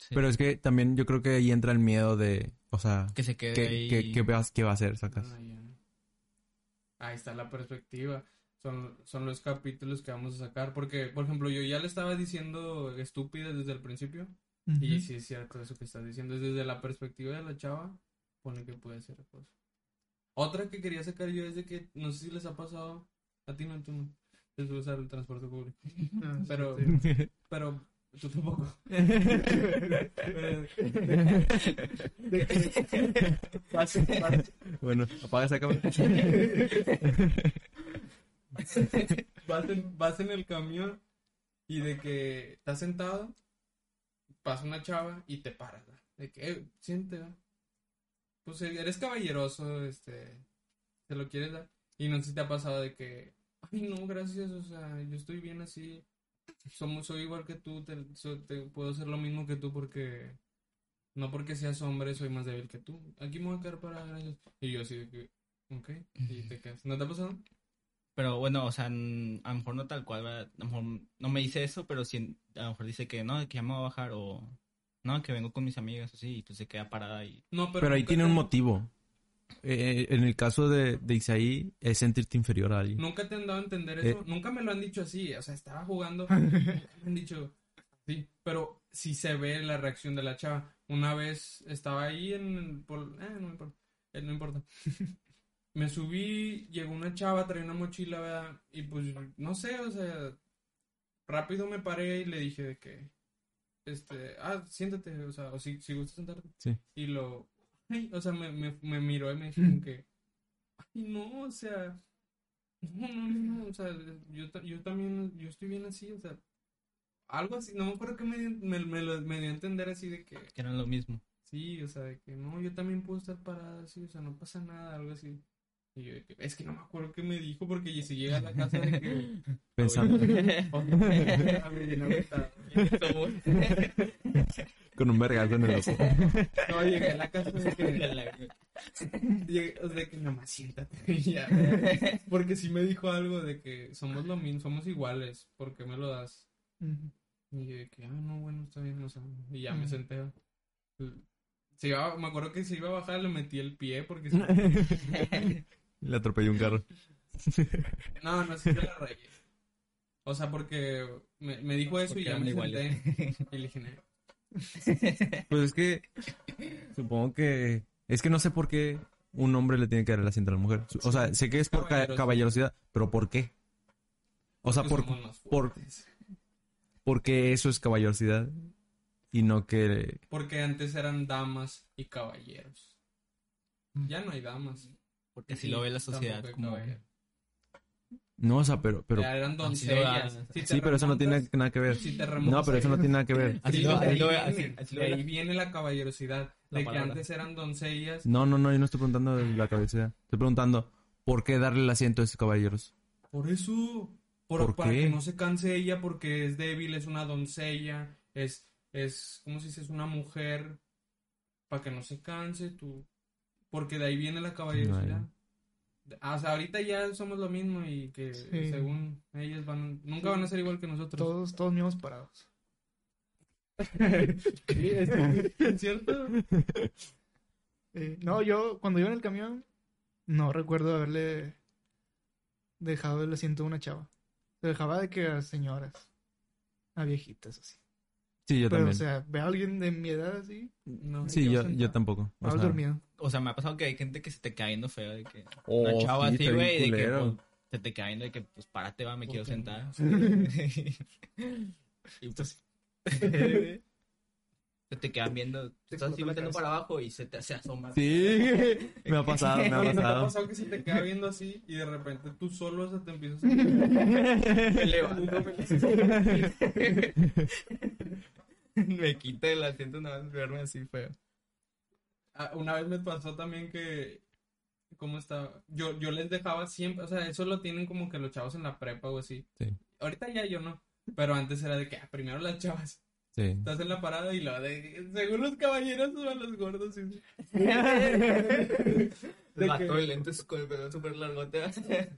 [SPEAKER 4] Sí.
[SPEAKER 3] Pero es que también yo creo que ahí entra el miedo de, o sea,
[SPEAKER 4] que se quede
[SPEAKER 3] ¿qué,
[SPEAKER 4] ahí.
[SPEAKER 3] qué, qué vas- qué va a hacer, sacas?
[SPEAKER 2] Ah, ya. Ahí está la perspectiva. Son, son los capítulos que vamos a sacar. Porque, por ejemplo, yo ya le estaba diciendo estúpida desde el principio. Y sí es cierto eso que estás diciendo. Es desde la perspectiva de la chava, pone que puede ser acoso. Otra que quería sacar yo es de que, no sé si les ha pasado, a ti no, tú no, les gusta el transporte público.
[SPEAKER 1] Ah, sí,
[SPEAKER 2] Pero,
[SPEAKER 1] sí.
[SPEAKER 4] [LAUGHS]
[SPEAKER 2] pero, tú tampoco.
[SPEAKER 4] [LAUGHS]
[SPEAKER 2] Pase, pase,
[SPEAKER 3] bueno, apaga esa cámara.
[SPEAKER 2] vas, en, vas en el camión y de que estás sentado, pasa una chava y te paras. ¿no? De que, eh, siente, ¿no? pues eh, eres caballeroso, este, te lo quieres dar. Y no sé si te ha pasado de que, ay, no, gracias, o sea, yo estoy bien así. Somos, soy igual que tú, te, so- te- puedo hacer lo mismo que tú porque, no porque seas hombre, soy más débil que tú. Aquí me voy a quedar para gracias. Y yo así de que, ok, y te quedas. ¿No te ha pasado?
[SPEAKER 4] Pero bueno, o sea, n- a lo mejor no tal cual, ¿verdad? a lo mejor no me dice eso, pero sí, a lo mejor dice que no, que ya me voy a bajar o no, que vengo con mis amigas, así, y tú se queda parada y
[SPEAKER 2] No,
[SPEAKER 3] Pero ahí
[SPEAKER 2] nunca
[SPEAKER 3] tiene
[SPEAKER 2] te-
[SPEAKER 3] un motivo. Eh, en el caso de, de Isaí, es sentirte inferior a alguien.
[SPEAKER 2] Nunca te han dado a entender
[SPEAKER 3] Eh.
[SPEAKER 2] eso. Nunca me lo han dicho así. O sea, estaba jugando.
[SPEAKER 1] Ah.
[SPEAKER 2] nunca me han dicho. Sí, pero si se ve la reacción de la chava. Una vez estaba ahí en. por- eh, no me importa. Eh, no importa. [LAUGHS] me subí, llegó una chava, traía una mochila, ¿verdad? Y pues, no sé, o sea. Rápido me paré y le dije de que. Este. Ah, siéntate, o sea, o si, si gustas sentarte.
[SPEAKER 3] Sí.
[SPEAKER 2] Y lo. ay, o sea, me, me, me miró y me dijo como que. Ay, no, o sea. No, no, no, no, o sea, yo, ta- yo también, yo estoy bien así, o sea, algo así, no me acuerdo que me, dio- me, me lo- me dio a entender así de que,
[SPEAKER 4] que era lo mismo.
[SPEAKER 2] sí, o sea, de que no, yo también puedo estar parada así, o sea, no pasa nada, algo así. Y yo de que, es que no me acuerdo qué me dijo porque si llega a la casa de que...
[SPEAKER 3] Pensando
[SPEAKER 2] "Oye, a ver, no, está bien".
[SPEAKER 3] con un vergazo en el ojo.
[SPEAKER 2] No, llegué a la casa de que... Llegué- o sea, de que nomás siéntate [LAUGHS] y ya. ¿verdad? Porque sí me dijo algo de que somos lo mismo, somos iguales, ¿por qué me lo das?
[SPEAKER 1] Ujú.
[SPEAKER 2] Y yo de que, ah, no, bueno, está bien, o sea, y ya me
[SPEAKER 1] Ujú.
[SPEAKER 2] senté. Se iba, me acuerdo que se iba a bajar, le metí el pie porque...
[SPEAKER 3] Le atropelló un carro.
[SPEAKER 2] no, no, sí que la rayé. O sea, porque me, me dijo eso
[SPEAKER 4] Porque ¿eh?
[SPEAKER 2] y ya
[SPEAKER 4] eran
[SPEAKER 2] me
[SPEAKER 4] iguales.
[SPEAKER 2] senté. Y le dije, "No".
[SPEAKER 3] Pues es que supongo que es que no sé por qué un hombre le tiene que dar el asiento a la mujer. O sea, sé que es por ca-
[SPEAKER 2] Caballerosidad.
[SPEAKER 3] caballerosidad, pero ¿por qué? O sea,
[SPEAKER 2] Porque pues
[SPEAKER 3] por,
[SPEAKER 2] somos más
[SPEAKER 3] por-
[SPEAKER 2] fuertes.
[SPEAKER 3] porque eso es caballerosidad y no que
[SPEAKER 2] Porque antes eran damas y caballeros. Ya no hay damas.
[SPEAKER 4] Porque así lo ve la
[SPEAKER 2] Tampoco
[SPEAKER 4] sociedad
[SPEAKER 2] hay
[SPEAKER 4] como...
[SPEAKER 2] caballeros.
[SPEAKER 3] no, o sea, pero pero
[SPEAKER 2] ya eran
[SPEAKER 4] así lo
[SPEAKER 2] doncellas.
[SPEAKER 4] dan.
[SPEAKER 2] Si te
[SPEAKER 3] sí, pero eso no tiene
[SPEAKER 2] remontas-
[SPEAKER 3] nada que ver.
[SPEAKER 2] si te
[SPEAKER 3] No,
[SPEAKER 2] remontas
[SPEAKER 3] pero eso no
[SPEAKER 2] ahí-
[SPEAKER 3] tiene nada que ver.
[SPEAKER 4] Así
[SPEAKER 2] Sí,
[SPEAKER 4] lo-
[SPEAKER 2] de
[SPEAKER 4] así
[SPEAKER 2] ahí
[SPEAKER 4] lo ve-
[SPEAKER 2] viene,
[SPEAKER 4] así- así lo
[SPEAKER 2] de
[SPEAKER 4] ve
[SPEAKER 2] ahí
[SPEAKER 4] la-
[SPEAKER 2] viene la caballerosidad,
[SPEAKER 4] La
[SPEAKER 2] de que
[SPEAKER 4] palabra.
[SPEAKER 2] antes eran doncellas.
[SPEAKER 3] No, no, no, yo no estoy preguntando de la caballerosidad. Estoy preguntando por qué darle el asiento a esos caballeros.
[SPEAKER 2] Por eso, por,
[SPEAKER 3] ¿Por
[SPEAKER 2] para
[SPEAKER 3] qué?
[SPEAKER 2] que no se canse ella porque es débil, es una doncella, es, es, ¿cómo se dice? Es una mujer, para que no se canse tú, porque de ahí viene la caballerosidad. Ah, O sea, ahorita ya somos lo mismo y que
[SPEAKER 1] Sí.
[SPEAKER 2] según ellas van, nunca van a ser igual que
[SPEAKER 1] [LAUGHS]
[SPEAKER 2] nosotros.
[SPEAKER 1] Todos, todos mismos parados.
[SPEAKER 2] [LAUGHS] Sí, es- es cierto?
[SPEAKER 1] Eh, no, yo cuando iba en el camión, no recuerdo haberle dejado el asiento a una chava. Se dejaba de que a señoras, a viejitas así.
[SPEAKER 3] Sí, yo
[SPEAKER 1] Pero,
[SPEAKER 3] también.
[SPEAKER 1] o sea, ve a alguien de mi edad así,
[SPEAKER 2] No.
[SPEAKER 3] sí,
[SPEAKER 1] yo
[SPEAKER 3] yo,
[SPEAKER 1] sentado.
[SPEAKER 3] yo tampoco. O
[SPEAKER 1] mal
[SPEAKER 3] sea,
[SPEAKER 1] dormido.
[SPEAKER 4] O sea, me ha pasado que hay gente que se te cae viendo feo de que...
[SPEAKER 3] oh,
[SPEAKER 4] una chava
[SPEAKER 3] sí,
[SPEAKER 4] así,
[SPEAKER 3] está bien
[SPEAKER 4] güey, de que
[SPEAKER 3] culero.
[SPEAKER 4] pues, se te cae viendo de que, pues, párate, va, me quiero
[SPEAKER 2] Porque
[SPEAKER 1] [LAUGHS]
[SPEAKER 4] sentar. y pues... [LAUGHS] se te quedan viendo, estás así
[SPEAKER 1] explota la
[SPEAKER 4] volteando
[SPEAKER 1] cabeza.
[SPEAKER 4] para abajo y se te se asoma. [LAUGHS]
[SPEAKER 3] Sí, me ha pasado, me
[SPEAKER 2] Oye, ¿no te
[SPEAKER 3] ha
[SPEAKER 2] ha
[SPEAKER 3] pasado.
[SPEAKER 2] pasado que se te queda viendo así y de repente tú solo o sea, te empiezas
[SPEAKER 4] [LAUGHS]
[SPEAKER 2] a...
[SPEAKER 4] Se levanta. [LAUGHS] me quita el asiento nada más verme así feo.
[SPEAKER 2] Ah, Una vez me pasó también que. ¿Cómo estaba? Yo, yo les dejaba siempre. O sea, eso lo tienen como que los chavos en la prepa o así.
[SPEAKER 3] Sí.
[SPEAKER 2] Ahorita ya yo no. Pero antes era de que ah, primero las chavas.
[SPEAKER 3] Sí.
[SPEAKER 2] Estás en la parada y lo de. Según los caballeros van los gordos.
[SPEAKER 4] [LAUGHS]
[SPEAKER 2] y-
[SPEAKER 4] El
[SPEAKER 2] De
[SPEAKER 4] vato
[SPEAKER 2] que-
[SPEAKER 4] de lentes con el pelo súper largote.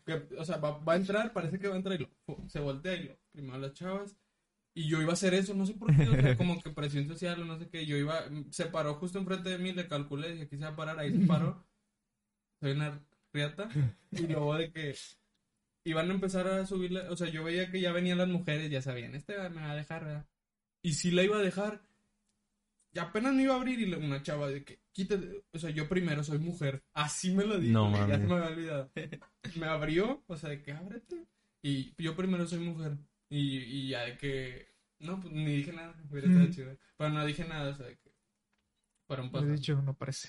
[SPEAKER 2] que, o sea, va, va a entrar, parece que va a entrar y lo- fu- se voltea y lo, primero las chavas. Y yo iba a hacer eso, no sé por qué, o
[SPEAKER 3] [LAUGHS]
[SPEAKER 2] sea, como que presión social o no sé qué. Yo iba, se paró justo enfrente de mí, le calculé, dije, aquí se va a parar, ahí se paró. Soy una riata. Y luego de que iban a empezar a subir, la- o sea, yo veía que ya venían las mujeres, ya sabían, este va- me va a dejar, ¿verdad? Y si la iba a dejar, y apenas me iba a abrir y le- una chava de que, quítate, o sea, yo primero soy mujer. Así me lo dijo,
[SPEAKER 3] No
[SPEAKER 2] ya se
[SPEAKER 3] mames.
[SPEAKER 2] me había olvidado me abrió, o sea, de que ábrete. Y yo primero soy mujer. Y, y ya de que. No, pues ni dije nada. Hubiera estado
[SPEAKER 1] Mm.
[SPEAKER 2] chido. Pero no dije nada, o sea, de que. Para un
[SPEAKER 1] Lo
[SPEAKER 2] paso.
[SPEAKER 1] he dicho, no parece.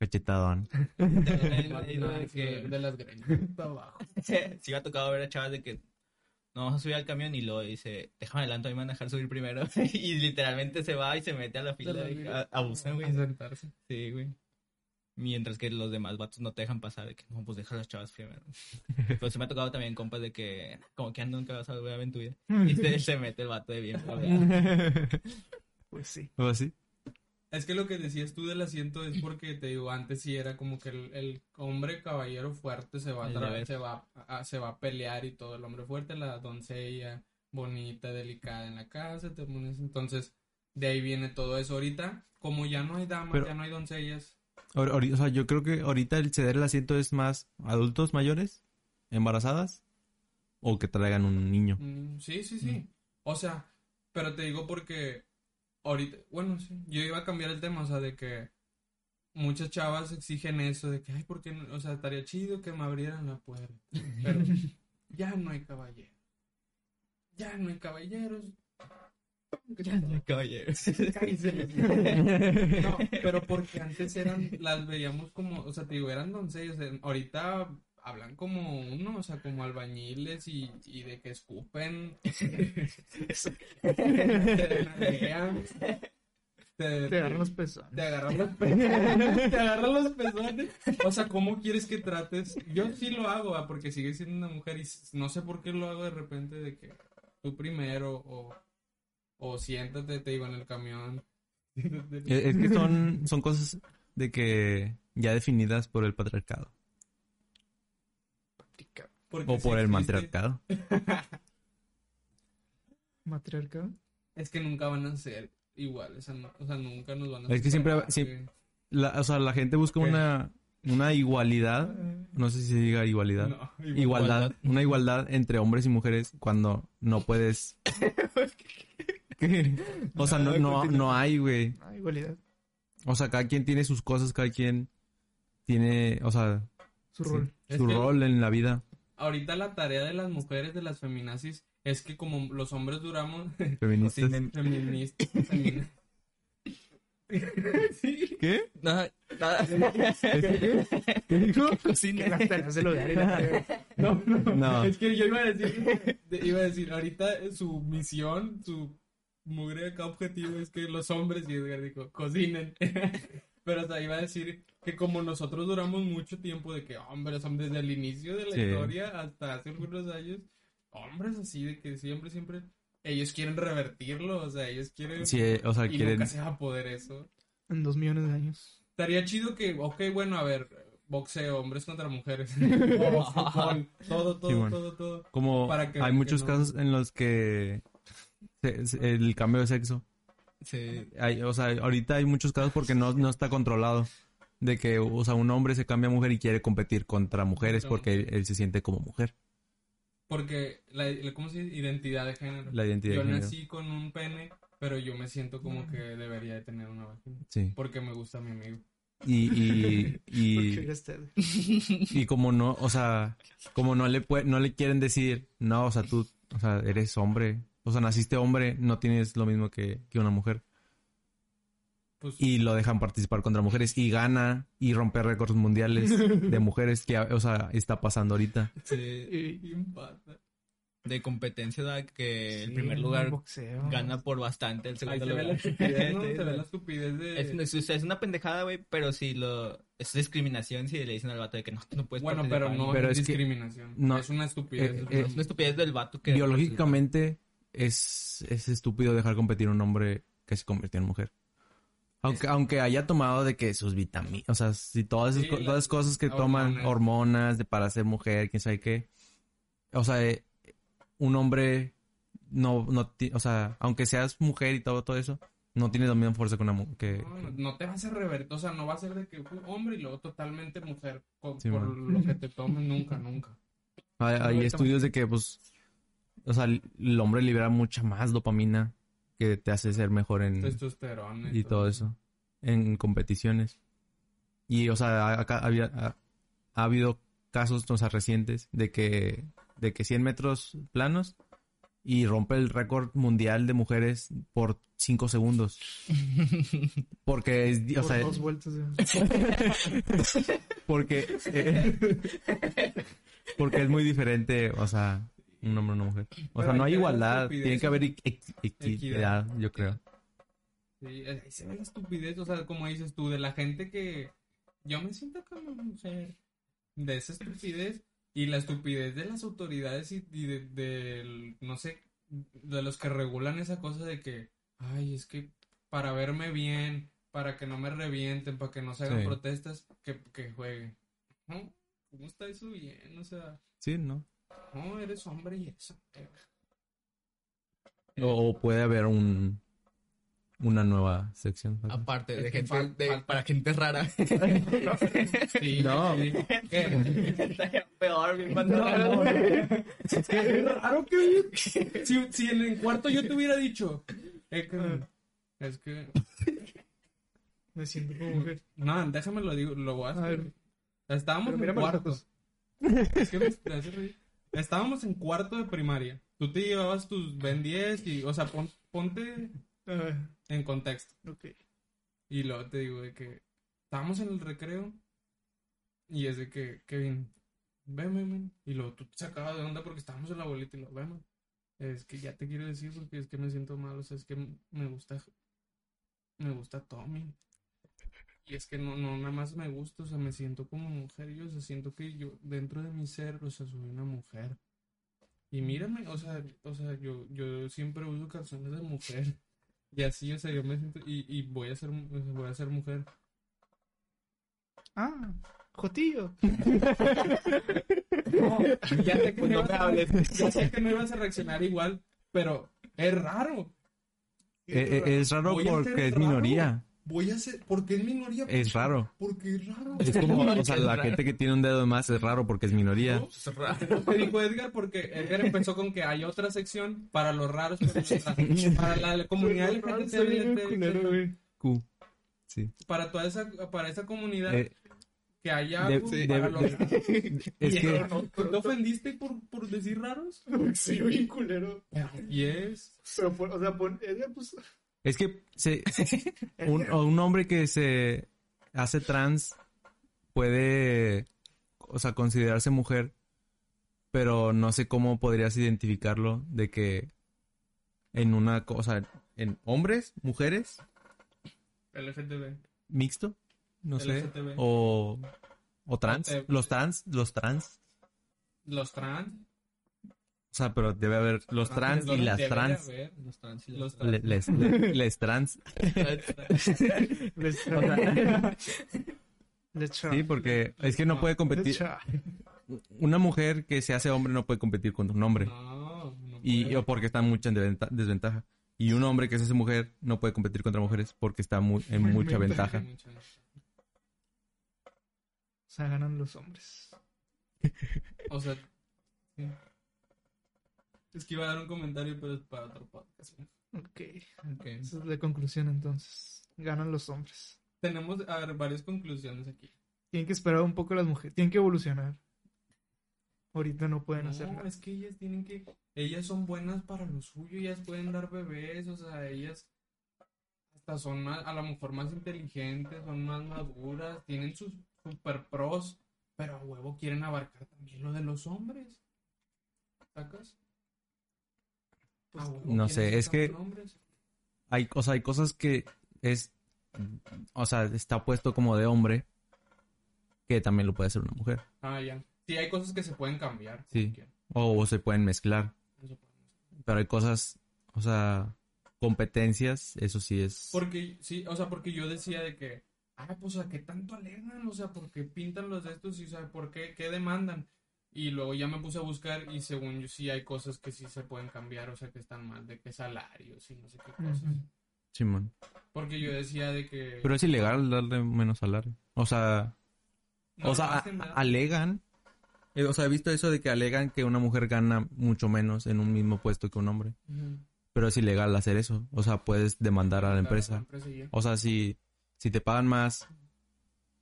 [SPEAKER 3] Cachetadón.
[SPEAKER 4] Y no, de que-
[SPEAKER 2] De las greñas. Para
[SPEAKER 4] [LAUGHS]
[SPEAKER 2] abajo.
[SPEAKER 4] sí me ha tocado ver a chavas de que no vamos a subir al camión y luego dice, déjame adelanto, ahí me van a dejar subir primero. [LAUGHS] y literalmente se va y se mete a la
[SPEAKER 2] De
[SPEAKER 4] fila.
[SPEAKER 2] las
[SPEAKER 4] de-
[SPEAKER 2] greñas.
[SPEAKER 4] a- Abusan, güey.
[SPEAKER 2] A sentarse.
[SPEAKER 4] Sí, güey. Mientras que los demás vatos no te dejan pasar, de que no, pues deja a las chavas primero. Pero sí me ha tocado también, compas, de que como que nunca vas a volver a ver en tu vida.
[SPEAKER 1] [LAUGHS]
[SPEAKER 4] Y se, se mete el vato de bien. güey.
[SPEAKER 1] Pues sí.
[SPEAKER 3] ¿O así?
[SPEAKER 2] Es que lo que decías tú del asiento es porque te digo, antes sí era como que el, el hombre caballero fuerte se va a
[SPEAKER 4] El
[SPEAKER 2] tra-
[SPEAKER 4] deber.
[SPEAKER 2] se va a, se va a pelear y todo. El hombre fuerte, la doncella bonita, delicada en la casa, te pones. Entonces, de ahí viene todo eso. Ahorita, como ya no hay damas,
[SPEAKER 3] Pero-
[SPEAKER 2] ya no hay doncellas,
[SPEAKER 3] Ahor- ahori- O sea, yo creo que ahorita el ceder el asiento es más adultos mayores, embarazadas, o que traigan un niño.
[SPEAKER 2] Mm, sí, sí, sí. O sea, pero te digo porque ahorita, bueno, sí, yo iba a cambiar el tema, o sea, de que muchas chavas exigen eso, de que, ay, ¿por qué no? O sea, estaría chido que me abrieran la puerta. Pero ya no hay caballeros. Ya no hay caballeros.
[SPEAKER 4] Ya no hay caballeros. [LAUGHS]
[SPEAKER 2] No, pero porque antes eran, las veíamos como, o sea, te digo, eran doncellas, eh, ahorita hablan como uno, o sea, como albañiles y, y de que escupen. te,
[SPEAKER 1] Te agarran los pezones.
[SPEAKER 4] [LAUGHS]
[SPEAKER 2] te agarran los pezones. [LAUGHS] Te agarran los pezones. O sea, ¿cómo quieres que trates? Yo sí lo hago, ah, porque sigue siendo una mujer y s- no sé por qué lo hago de repente de que tú primero o, o siéntate, te digo, en el
[SPEAKER 3] [LAUGHS]
[SPEAKER 2] camión.
[SPEAKER 3] Eh, Es es que
[SPEAKER 2] [LAUGHS]
[SPEAKER 3] son, son cosas de que ya definidas por el patriarcado
[SPEAKER 2] Porque
[SPEAKER 3] o
[SPEAKER 2] sí
[SPEAKER 3] por el
[SPEAKER 2] existe.
[SPEAKER 3] matriarcado.
[SPEAKER 1] Matriarcado.
[SPEAKER 2] Es que nunca van a ser iguales, a no- o sea, nunca nos van a
[SPEAKER 3] Es que siempre-
[SPEAKER 2] superar,
[SPEAKER 3] siempre-
[SPEAKER 2] güey.
[SPEAKER 3] La- o sea, la gente busca
[SPEAKER 2] Ok.
[SPEAKER 3] una, una igualdad, no sé si se diga igualdad,
[SPEAKER 2] No, igual.
[SPEAKER 3] igualdad, una igualdad entre hombres y mujeres cuando no puedes. ¿Qué? O sea, no, no, no hay, güey.
[SPEAKER 1] Ah, igualidad.
[SPEAKER 3] O sea, cada quien tiene sus cosas, cada quien tiene, o sea,
[SPEAKER 1] Su
[SPEAKER 3] sí,
[SPEAKER 1] rol.
[SPEAKER 2] Es
[SPEAKER 3] su
[SPEAKER 2] que-
[SPEAKER 3] rol en la vida
[SPEAKER 2] Ahorita la tarea de las mujeres, de las feminazis, es que como los hombres duramos
[SPEAKER 3] feminista.
[SPEAKER 2] feministas, femina-
[SPEAKER 3] ¿Qué?
[SPEAKER 4] Nada, nada.
[SPEAKER 3] [LAUGHS]
[SPEAKER 1] [LAUGHS]
[SPEAKER 3] ¿Qué dijo?
[SPEAKER 1] Que las tareas del hogar y [LAUGHS] la tarea.
[SPEAKER 2] No, no, [LAUGHS]
[SPEAKER 3] No.
[SPEAKER 2] Es que yo iba a decir, [LAUGHS] de- iba a decir, ahorita eh, su misión, su mugre acá objetivo es que los hombres, y Edgar dijo, cocinen. [LAUGHS] Pero o sea, iba a decir que como nosotros duramos mucho tiempo de que hombres, son desde el inicio de la
[SPEAKER 3] Sí.
[SPEAKER 2] historia hasta hace algunos años, hombres así de que siempre, siempre, ellos quieren revertirlo, o sea, ellos quieren...
[SPEAKER 3] Sí, eh, o sea,
[SPEAKER 2] y nunca
[SPEAKER 3] quieren...
[SPEAKER 2] se va a poder eso.
[SPEAKER 1] En dos millones de años.
[SPEAKER 2] Estaría chido que, ok, bueno, a ver, boxeo, hombres contra
[SPEAKER 4] [LAUGHS]
[SPEAKER 2] mujeres, o fútbol, todo, todo,
[SPEAKER 3] Sí, bueno.
[SPEAKER 2] todo, todo.
[SPEAKER 3] Como
[SPEAKER 2] Para que
[SPEAKER 3] hay
[SPEAKER 2] vean que
[SPEAKER 3] muchos
[SPEAKER 2] no.
[SPEAKER 3] casos en los que se- se- el cambio de sexo.
[SPEAKER 4] Sí.
[SPEAKER 3] Hay- o sea, ahorita hay muchos casos porque no, no está controlado. De que, o sea, un hombre se cambia a mujer y quiere competir contra mujeres
[SPEAKER 2] Contra
[SPEAKER 3] porque él, él se siente como mujer.
[SPEAKER 2] Porque, la, la- ¿cómo se dice? Identidad de género.
[SPEAKER 3] La identidad
[SPEAKER 2] yo
[SPEAKER 3] de género.
[SPEAKER 2] nací con un pene, pero yo me siento como que debería de tener una vagina.
[SPEAKER 3] Sí.
[SPEAKER 2] Porque me gusta mi amigo.
[SPEAKER 3] Y, y,
[SPEAKER 2] [LAUGHS]
[SPEAKER 3] y-
[SPEAKER 1] Porque usted.
[SPEAKER 3] y como no, o sea, como no le pue- no le quieren decir, no, o sea, tú, o sea, eres hombre. O sea, naciste hombre, no tienes lo mismo que, que una mujer.
[SPEAKER 2] Pues,
[SPEAKER 3] y lo dejan participar contra mujeres y gana y rompe récords pues,
[SPEAKER 1] [LAUGHS]
[SPEAKER 2] [LAUGHS]
[SPEAKER 3] mundiales de mujeres que, o sea, está pasando ahorita.
[SPEAKER 4] Sí.
[SPEAKER 1] Y
[SPEAKER 2] y empata.
[SPEAKER 4] de competencia ¿verdad? que el
[SPEAKER 1] Sí,
[SPEAKER 4] primer
[SPEAKER 1] en
[SPEAKER 4] lugar
[SPEAKER 1] boxeo.
[SPEAKER 4] gana por bastante, el
[SPEAKER 2] Ahí
[SPEAKER 4] segundo
[SPEAKER 2] se ve la
[SPEAKER 4] lugar.
[SPEAKER 2] estupidez, ¿no?
[SPEAKER 4] [LAUGHS] Sí,
[SPEAKER 2] Se ve
[SPEAKER 4] güey.
[SPEAKER 2] la estupidez de...
[SPEAKER 4] Es una, es- es una pendejada, güey, pero si lo... Es discriminación si le dicen al vato de que no, no puedes
[SPEAKER 2] bueno,
[SPEAKER 4] participar.
[SPEAKER 2] pero no
[SPEAKER 3] Pero
[SPEAKER 2] es
[SPEAKER 3] es que-
[SPEAKER 2] discriminación.
[SPEAKER 3] no.
[SPEAKER 2] es una estupidez.
[SPEAKER 3] Eh,
[SPEAKER 2] es
[SPEAKER 3] eh,
[SPEAKER 4] Es una estupidez del vato que...
[SPEAKER 3] Biológicamente es, es estúpido dejar competir a un hombre que se convirtió en mujer. Aunque, aunque haya tomado de que sus vitaminas, o sea, si todas esas
[SPEAKER 2] Sí,
[SPEAKER 3] co-
[SPEAKER 2] las
[SPEAKER 3] todas las cosas que toman
[SPEAKER 2] hormonas.
[SPEAKER 3] hormonas de para ser mujer, quién sabe qué. O sea, eh, un hombre no, no, ti- o sea, aunque seas mujer y todo, todo eso, no tiene la misma fuerza que una mujer. Que,
[SPEAKER 2] No, no te vas a revertir, o sea, no va a ser de que fue hombre y luego totalmente mujer con-
[SPEAKER 3] Sí,
[SPEAKER 2] por
[SPEAKER 3] man.
[SPEAKER 2] lo que te tomes nunca, nunca.
[SPEAKER 3] hay hay
[SPEAKER 1] ahorita-
[SPEAKER 3] estudios de que, pues, o sea, el hombre libera mucha más dopamina que te hace ser mejor en...
[SPEAKER 2] Testosterona
[SPEAKER 3] y todo eso en competiciones. Y, o sea, a- acá había, ha, ha habido casos, o sea, recientes de que, de que 100 metros planos y rompe el récord mundial de mujeres por
[SPEAKER 1] [LAUGHS]
[SPEAKER 3] 5 segundos. Porque es, o
[SPEAKER 1] Por
[SPEAKER 3] sea,
[SPEAKER 1] dos vueltas. de-
[SPEAKER 3] porque, eh, [LAUGHS] porque es muy diferente, o sea, un hombre y una mujer. O
[SPEAKER 2] Pero
[SPEAKER 3] sea,
[SPEAKER 2] hay que
[SPEAKER 3] no hay
[SPEAKER 2] ver la
[SPEAKER 3] igualdad,
[SPEAKER 2] estupidez,
[SPEAKER 3] tiene que
[SPEAKER 2] ¿no?
[SPEAKER 3] haber equ- equ- equidad, yo creo.
[SPEAKER 2] Sí, ahí se ve la estupidez, o sea, como dices tú, de la gente que yo me siento como mujer, de esa estupidez y la estupidez de las autoridades y, y de, del- no sé, de los que regulan esa cosa de que, ay, es que para verme bien, para que no me revienten, para que no se hagan
[SPEAKER 3] Sí.
[SPEAKER 2] protestas, que, que juegue. ¿No? ¿Cómo está eso bien? O sea,
[SPEAKER 3] Sí, ¿no?
[SPEAKER 2] no, eres hombre y eso.
[SPEAKER 3] [LAUGHS] O, o puede haber un una nueva sección.
[SPEAKER 2] Ah,
[SPEAKER 4] Aparte, de
[SPEAKER 2] Es que
[SPEAKER 4] gente,
[SPEAKER 2] fal-
[SPEAKER 4] de-
[SPEAKER 2] falta-
[SPEAKER 4] para gente rara.
[SPEAKER 2] [LAUGHS]
[SPEAKER 4] [LAUGHS]
[SPEAKER 2] Sí,
[SPEAKER 3] No.
[SPEAKER 2] sí.
[SPEAKER 3] [LAUGHS]
[SPEAKER 4] Estaría Peor, bien cuando-
[SPEAKER 2] Es que es raro que si, si en el cuarto yo te hubiera dicho es que, es que
[SPEAKER 1] Me siento como mujer.
[SPEAKER 2] no déjame lo digo lo
[SPEAKER 3] [LAUGHS]
[SPEAKER 2] voy a
[SPEAKER 1] A ver,
[SPEAKER 2] hacer estábamos
[SPEAKER 1] pero
[SPEAKER 2] en
[SPEAKER 1] mírame los
[SPEAKER 2] cuarto
[SPEAKER 1] ojos. [LAUGHS]
[SPEAKER 2] es que me te hace reír. estábamos en cuarto de primaria tú te llevabas tus Ben 10 y o sea pon- ponte
[SPEAKER 1] Ah,
[SPEAKER 2] en contexto
[SPEAKER 1] ok.
[SPEAKER 2] y luego te digo de que estábamos en el recreo y es de que Kevin ven ven ven y luego tú te sacabas de onda porque estábamos en la bolita y lo ven man. es que ya te quiero decir porque es que me siento mal o sea es que me gusta me gusta Tommy y es que no no nada más me gusta o sea me siento como mujer yo o sea siento que yo dentro de mi ser o sea soy una mujer y mírame o sea o sea yo yo siempre uso calzones de mujer y así, o sea, yo me siento. Y, y voy a ser o sea, voy a ser mujer.
[SPEAKER 1] Ah, Jotillo.
[SPEAKER 2] No, [LAUGHS] ya sé que
[SPEAKER 4] Pues
[SPEAKER 2] no
[SPEAKER 4] no me
[SPEAKER 2] ibas a-
[SPEAKER 4] hables.
[SPEAKER 2] [LAUGHS] ya sé que no ibas a reaccionar igual, pero es raro.
[SPEAKER 3] Eh, eh, es raro
[SPEAKER 2] Voy a ser
[SPEAKER 3] porque es
[SPEAKER 2] raro.
[SPEAKER 3] minoría.
[SPEAKER 2] Voy a ser. ¿Por qué es minoría?
[SPEAKER 3] Es raro.
[SPEAKER 2] Porque es raro.
[SPEAKER 3] Es como, o sea,
[SPEAKER 4] Es
[SPEAKER 3] la
[SPEAKER 4] raro.
[SPEAKER 3] gente que tiene un dedo de más es raro porque es minoría.
[SPEAKER 2] ¿No? Lo que dijo Edgar, porque Edgar empezó con que hay otra sección para los raros, para, los raros. Para [LAUGHS] la
[SPEAKER 1] [LAUGHS]
[SPEAKER 2] comunidad
[SPEAKER 1] Soy bien culero,
[SPEAKER 3] [LAUGHS]
[SPEAKER 2] LGBT,
[SPEAKER 1] güey.
[SPEAKER 3] Q. Sí.
[SPEAKER 2] para toda esa, para esa comunidad
[SPEAKER 3] Eh,
[SPEAKER 2] que haya
[SPEAKER 3] de-
[SPEAKER 2] algo
[SPEAKER 3] de-
[SPEAKER 2] para
[SPEAKER 3] de-
[SPEAKER 2] los [LAUGHS] raros.
[SPEAKER 3] es que
[SPEAKER 2] ¿Te ofendiste por, por decir raros?
[SPEAKER 1] [LAUGHS] Soy bien culero.
[SPEAKER 2] Y es.
[SPEAKER 1] Pero, pon- o sea, pon, Edgar,
[SPEAKER 3] [LAUGHS]
[SPEAKER 1] pues,
[SPEAKER 3] es que se- un, o un hombre que se hace trans puede, o sea, considerarse mujer, pero no sé cómo podrías identificarlo de que en una cosa, en hombres, mujeres,
[SPEAKER 2] LGTB.
[SPEAKER 3] mixto, no sé,
[SPEAKER 2] LGTB.
[SPEAKER 3] o, o trans,
[SPEAKER 2] O te-
[SPEAKER 3] los trans, los trans,
[SPEAKER 2] Los trans.
[SPEAKER 3] o sea, pero debe haber
[SPEAKER 2] Ah,
[SPEAKER 3] los trans y
[SPEAKER 2] Debe
[SPEAKER 3] las
[SPEAKER 2] de
[SPEAKER 3] trans,
[SPEAKER 2] haber
[SPEAKER 4] Los trans y
[SPEAKER 2] Los
[SPEAKER 4] los
[SPEAKER 2] trans.
[SPEAKER 3] le- les, le- les trans,
[SPEAKER 4] trans.
[SPEAKER 1] les [LAUGHS]
[SPEAKER 3] o sea, [LAUGHS]
[SPEAKER 1] les tra-
[SPEAKER 3] sí, porque es que no puede
[SPEAKER 1] les
[SPEAKER 3] competir,
[SPEAKER 1] tra-
[SPEAKER 3] una mujer que se hace hombre no puede competir contra un hombre,
[SPEAKER 2] No, Ah, no
[SPEAKER 3] y
[SPEAKER 2] puede.
[SPEAKER 3] o porque está en mucha desventa- desventaja, y un hombre que se hace mujer no puede competir contra mujeres porque está mu- en
[SPEAKER 1] Muy
[SPEAKER 3] mucha
[SPEAKER 1] ventaja.
[SPEAKER 3] ventaja,
[SPEAKER 2] Hay mucha-
[SPEAKER 1] O sea, ganan los hombres.
[SPEAKER 2] O sea, sí. es que iba a dar un comentario, pero es para otro podcast. ¿eh? ¿no?
[SPEAKER 1] Ok.
[SPEAKER 4] Ok.
[SPEAKER 1] Esa es la conclusión entonces. Ganan los hombres.
[SPEAKER 2] Tenemos, a ver, varias conclusiones aquí.
[SPEAKER 1] Tienen que esperar un poco las mujeres. Tienen que evolucionar. Ahorita no pueden
[SPEAKER 2] No,
[SPEAKER 1] hacer nada.
[SPEAKER 2] es que ellas tienen que, ellas son buenas para lo suyo, ellas pueden dar bebés, o sea, ellas hasta son más, a lo mejor más inteligentes, son más maduras, tienen sus super pros, pero a huevo quieren abarcar también lo de los hombres. ¿Sacas? Pues,
[SPEAKER 3] No sé, es que- hay, o sea, hay cosas que es, o sea, está puesto como de hombre que también lo puede hacer una mujer.
[SPEAKER 2] Ah, ya. Sí, hay cosas que se pueden cambiar.
[SPEAKER 3] Sí. O se pueden mezclar, pero hay cosas, o sea, competencias, eso sí es.
[SPEAKER 2] Porque, sí, o sea, porque yo decía de que, ah, pues a qué tanto alegan, o sea, porque pintan los de estos y, o sea, ¿por qué, qué demandan? Y luego ya me puse a buscar y según yo sí hay cosas que sí se pueden cambiar, o sea, que están mal, de que salarios y no sé qué cosas.
[SPEAKER 1] Ujú.
[SPEAKER 3] Simón.
[SPEAKER 2] Porque yo decía de que...
[SPEAKER 3] Pero es ilegal darle menos salario. O sea,
[SPEAKER 2] no
[SPEAKER 3] o sea,
[SPEAKER 2] lo
[SPEAKER 3] a-
[SPEAKER 2] hacen, ¿verdad?
[SPEAKER 3] alegan. eh, o sea, he visto eso de que alegan que una mujer gana mucho menos en un mismo puesto que un hombre.
[SPEAKER 2] Ujú.
[SPEAKER 3] Pero es ilegal hacer eso. O sea, puedes demandar a la
[SPEAKER 2] Claro,
[SPEAKER 3] empresa.
[SPEAKER 2] empresa y ya.
[SPEAKER 3] O sea, si, si te pagan más,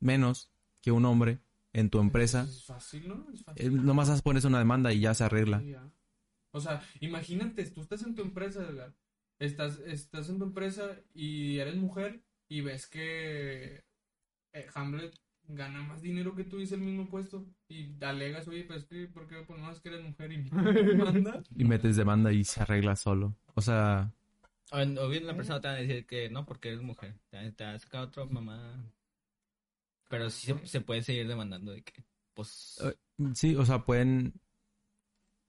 [SPEAKER 3] menos que un hombre en tu empresa,
[SPEAKER 2] Es fácil, ¿no? Es fácil.
[SPEAKER 3] eh, nomás haz- pones una demanda y ya se arregla.
[SPEAKER 2] Sí, ya. O sea, imagínate, tú estás en tu empresa, Edgar. Estás, estás en tu empresa y eres mujer y ves que eh, Hamlet gana más dinero que tú y es el mismo puesto. Y alegas, oye, pues que, ¿por qué? Pues no es que eres mujer y [LAUGHS] manda.
[SPEAKER 3] Y metes demanda y se arregla solo. O sea,
[SPEAKER 4] O, en- o bien la persona te va a decir que no, porque eres mujer. Te, va- te va a sacar otra mamá. Pero sí se, se puede seguir demandando de que, pues,
[SPEAKER 3] Eh, sí, o sea, pueden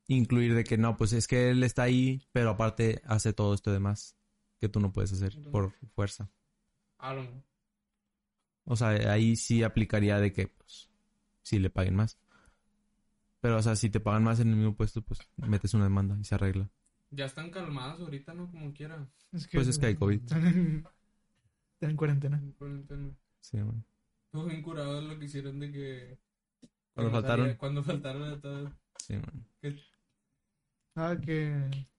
[SPEAKER 3] incluir de que no, pues es que él está ahí, pero aparte hace todo esto demás que tú no puedes hacer por fuerza.
[SPEAKER 2] I don't know.
[SPEAKER 3] O sea, ahí sí aplicaría de que, pues, sí le paguen más. Pero, o sea, si te pagan más en el mismo puesto, pues metes una demanda y se arregla.
[SPEAKER 2] Ya están calmadas ahorita, ¿no? Como quiera.
[SPEAKER 1] Es
[SPEAKER 3] Pues es que hay COVID.
[SPEAKER 1] [LAUGHS] Están en, están en cuarentena.
[SPEAKER 2] Cuarentena.
[SPEAKER 3] Sí, güey.
[SPEAKER 2] Estuvo bien curado lo que hicieron de que...
[SPEAKER 3] Cuando faltaron.
[SPEAKER 2] Cuando faltaron a todos.
[SPEAKER 3] Sí, güey.
[SPEAKER 1] Ah, que.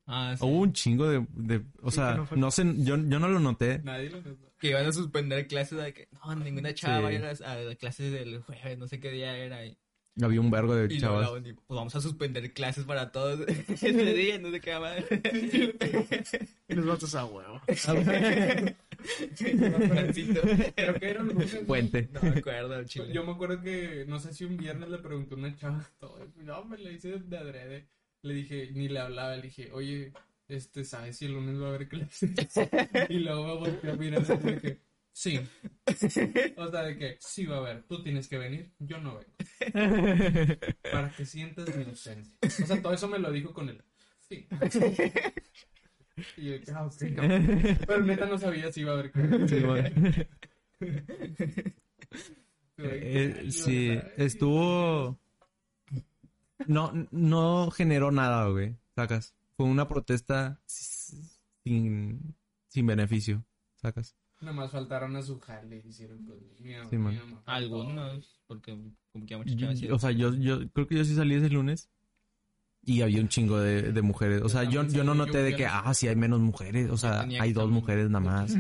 [SPEAKER 4] ah, sí,
[SPEAKER 3] Hubo un chingo de, de- o
[SPEAKER 1] Sí,
[SPEAKER 3] sea,
[SPEAKER 1] que
[SPEAKER 3] no,
[SPEAKER 1] no fue-
[SPEAKER 3] sé, yo, yo no lo noté.
[SPEAKER 2] Nadie lo notó.
[SPEAKER 4] que iban a suspender clases de que, no, ninguna
[SPEAKER 3] Sí.
[SPEAKER 4] chava iba a las- a las clases del jueves, no sé qué día era. Y,
[SPEAKER 3] Había un vergo de
[SPEAKER 4] y luego
[SPEAKER 3] chavas.
[SPEAKER 4] la uni, pues vamos a suspender clases
[SPEAKER 1] [LAUGHS]
[SPEAKER 4] para todos [LAUGHS] este día, no sé qué más.
[SPEAKER 1] Y los vatos a
[SPEAKER 4] [LAUGHS]
[SPEAKER 1] huevo.
[SPEAKER 4] Francito.
[SPEAKER 2] Creo que eran rusos, ¿no?
[SPEAKER 3] Puente.
[SPEAKER 4] Pues, No me acuerdo, al chile.
[SPEAKER 2] Yo me acuerdo que, no sé si un viernes le pregunté a una chava, [LAUGHS] todo, no, me lo hice de adrede. Le dije, ni le hablaba, le dije, oye, este, ¿sabes si el lunes va a haber clases? [LAUGHS]
[SPEAKER 4] [LAUGHS]
[SPEAKER 2] y luego me volteó a mirar así de que, sí. O sea, de que, sí va a haber, tú tienes que venir, yo no vengo. Para que sientas mi ausencia. O sea, todo eso me lo dijo con el, sí. y yo, "Ah, ok". Pero neta no sabía si iba a haber clases. [LAUGHS]
[SPEAKER 3] Sí, bueno. Eh,
[SPEAKER 2] Ay,
[SPEAKER 3] sí,
[SPEAKER 2] o sea,
[SPEAKER 3] estuvo. No, no generó nada, güey. Sacas. Fue una protesta sin, sin beneficio. Sacas.
[SPEAKER 2] Nada más faltaron a su jale, hicieron pues, mi mamá,
[SPEAKER 3] Sí,
[SPEAKER 2] mi
[SPEAKER 3] man.
[SPEAKER 2] mamá.
[SPEAKER 4] Algunos, porque como que a muchas
[SPEAKER 3] Yo-
[SPEAKER 4] chavas sí-
[SPEAKER 3] yo- o sea, yo, yo creo que yo sí salí ese lunes y había un chingo de, de mujeres. O sea, yo, yo no noté de que, ah, sí hay menos mujeres. O sea, hay dos mujeres [LAUGHS] nada más.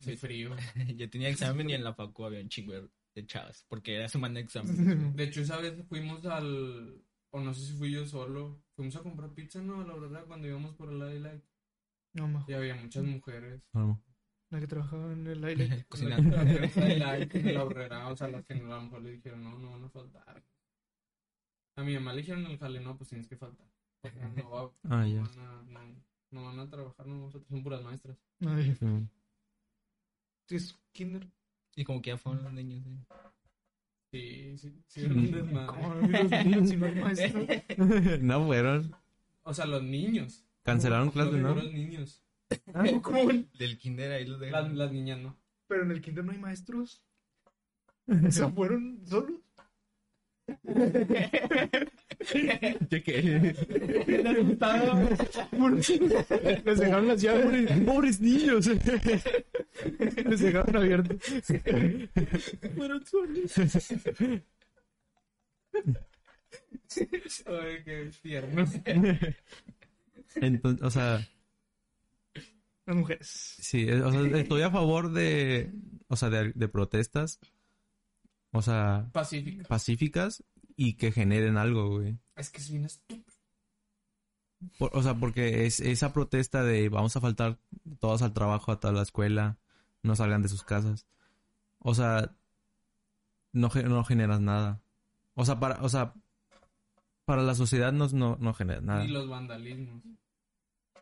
[SPEAKER 2] Soy frío.
[SPEAKER 4] [LAUGHS] Yo tenía examen y en la facu había un chingo de- de chavas, porque era semana de examen.
[SPEAKER 2] [LAUGHS]
[SPEAKER 1] Simón.
[SPEAKER 2] De hecho, esa vez fuimos al. O no sé si fui yo solo. Fuimos a comprar pizza, ¿no? A la verdad, cuando íbamos por el Lilac.
[SPEAKER 1] No, ma.
[SPEAKER 2] Y había muchas mujeres.
[SPEAKER 3] No,
[SPEAKER 1] La que trabajaba en el
[SPEAKER 4] [LAUGHS]
[SPEAKER 1] aire.
[SPEAKER 2] [LAUGHS]
[SPEAKER 4] Cocinando.
[SPEAKER 2] Las que trabajaron en Lilac, en la horrera, o sea, las que a lo mejor le dijeron, no, no van a faltar. A mi mamá le dijeron en el jale, no, pues tienes que faltar. Porque no, va-
[SPEAKER 3] Ah, ya.
[SPEAKER 2] no van a, no, no van a trabajar, no, nosotros son puras maestras.
[SPEAKER 1] Ay,
[SPEAKER 3] sí, man.
[SPEAKER 1] es kinder.
[SPEAKER 4] Y como que ya fueron los niños. ¿eh?
[SPEAKER 2] Sí, sí, sí, era un desmadre.
[SPEAKER 1] ¿Cómo no vi los niños y los maestros?
[SPEAKER 3] [LAUGHS] No fueron.
[SPEAKER 2] O sea, los niños.
[SPEAKER 3] Cancelaron clases,
[SPEAKER 2] los
[SPEAKER 3] ¿no?
[SPEAKER 2] puros niños.
[SPEAKER 4] Del kinder ahí
[SPEAKER 2] Las,
[SPEAKER 4] los dejaron.
[SPEAKER 2] las niñas no.
[SPEAKER 1] Pero en el kinder no hay maestros. O sea, fueron solos.
[SPEAKER 2] [LAUGHS]
[SPEAKER 3] Chequé.
[SPEAKER 1] Les dejaron las llaves.
[SPEAKER 3] Pobres, pobres niños.
[SPEAKER 1] Les dejaron abiertas.
[SPEAKER 2] Ay, qué tierno.
[SPEAKER 3] Entonces, o sea,
[SPEAKER 1] Las mujeres.
[SPEAKER 3] sí, eh, o sea, estoy a favor de, o sea, de, de protestas, o sea,
[SPEAKER 2] Pacífica.
[SPEAKER 3] pacíficas y que generen algo, güey.
[SPEAKER 2] Es que es bien estúpido.
[SPEAKER 3] Por- o sea, porque es esa protesta de vamos a faltar todos al trabajo, a toda la escuela, no salgan de sus casas. O sea, no, ge- no generas nada. O sea, para, o sea, para la sociedad no, no, no generas nada.
[SPEAKER 2] Y los vandalismos.
[SPEAKER 3] Ah.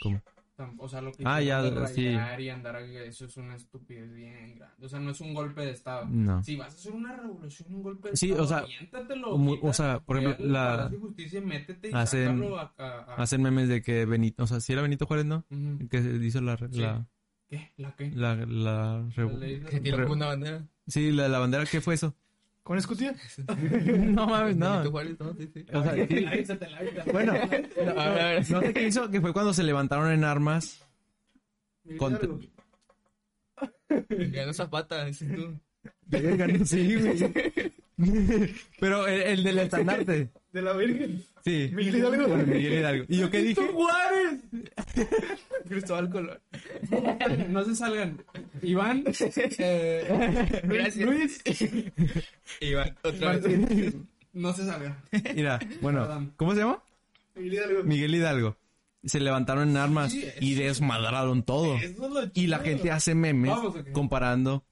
[SPEAKER 3] ¿Cómo?
[SPEAKER 2] Tam- O sea, lo que
[SPEAKER 3] Ah, ya,
[SPEAKER 2] de
[SPEAKER 3] sí.
[SPEAKER 2] rayar y andar, a- eso es una estupidez bien grande. O sea, no es un golpe de estado.
[SPEAKER 3] No.
[SPEAKER 2] Si vas a hacer una revolución, un golpe de
[SPEAKER 3] Mm. Sí,
[SPEAKER 2] estado,
[SPEAKER 3] o sea,
[SPEAKER 2] aviéntatelo,
[SPEAKER 3] Mu-
[SPEAKER 2] quita-
[SPEAKER 3] O sea, por ejemplo,
[SPEAKER 2] ve al
[SPEAKER 3] la, Ah,
[SPEAKER 2] Palacio de Justicia, métete y
[SPEAKER 3] hacen-
[SPEAKER 2] sácalo a- a- a-
[SPEAKER 3] hacen memes de que Benito, o sea, si era Benito Juárez, ¿no?
[SPEAKER 2] Ujú.
[SPEAKER 3] El que hizo la... la,
[SPEAKER 2] ¿Qué? ¿La qué?
[SPEAKER 3] la, la revo-
[SPEAKER 2] La ley de- [LAUGHS]
[SPEAKER 4] Que tiró
[SPEAKER 3] Pero-
[SPEAKER 4] como una bandera.
[SPEAKER 3] Sí, la, la bandera, ¿qué fue eso?
[SPEAKER 1] ¿Con escutía?
[SPEAKER 3] No mames, no.
[SPEAKER 4] Benito Juárez, no, sí, sí.
[SPEAKER 3] O sea, sí,
[SPEAKER 2] Avísatela, avísatela.
[SPEAKER 3] [LAUGHS]
[SPEAKER 4] No,
[SPEAKER 3] bueno,
[SPEAKER 4] [LAUGHS] a ver, a ver.
[SPEAKER 3] no sé qué hizo, que fue cuando se levantaron en armas. Con-
[SPEAKER 4] Emiliano Zapata, dices tú.
[SPEAKER 3] Sí, güey. [LAUGHS] Pero el, el del estandarte.
[SPEAKER 1] De la Virgen.
[SPEAKER 3] Sí.
[SPEAKER 1] Miguel Hidalgo.
[SPEAKER 3] Miguel
[SPEAKER 1] [LAUGHS]
[SPEAKER 3] Hidalgo. ¿Y yo qué dije?
[SPEAKER 2] Juárez!
[SPEAKER 4] Cristóbal Colón.
[SPEAKER 2] No se salgan. [LAUGHS] Iván, eh,
[SPEAKER 4] Gracias. Iván, otra vez.
[SPEAKER 2] no se salgan.
[SPEAKER 3] Mira, bueno,
[SPEAKER 2] Perdón.
[SPEAKER 3] ¿cómo se llama?
[SPEAKER 1] Miguel Hidalgo.
[SPEAKER 3] Miguel Hidalgo. Se levantaron en armas
[SPEAKER 2] Sí, es-
[SPEAKER 3] y desmadraron todo.
[SPEAKER 2] Eso es lo
[SPEAKER 3] Oh. Y la
[SPEAKER 2] chido.
[SPEAKER 3] gente hace memes
[SPEAKER 2] Vamos, ok.
[SPEAKER 3] comparando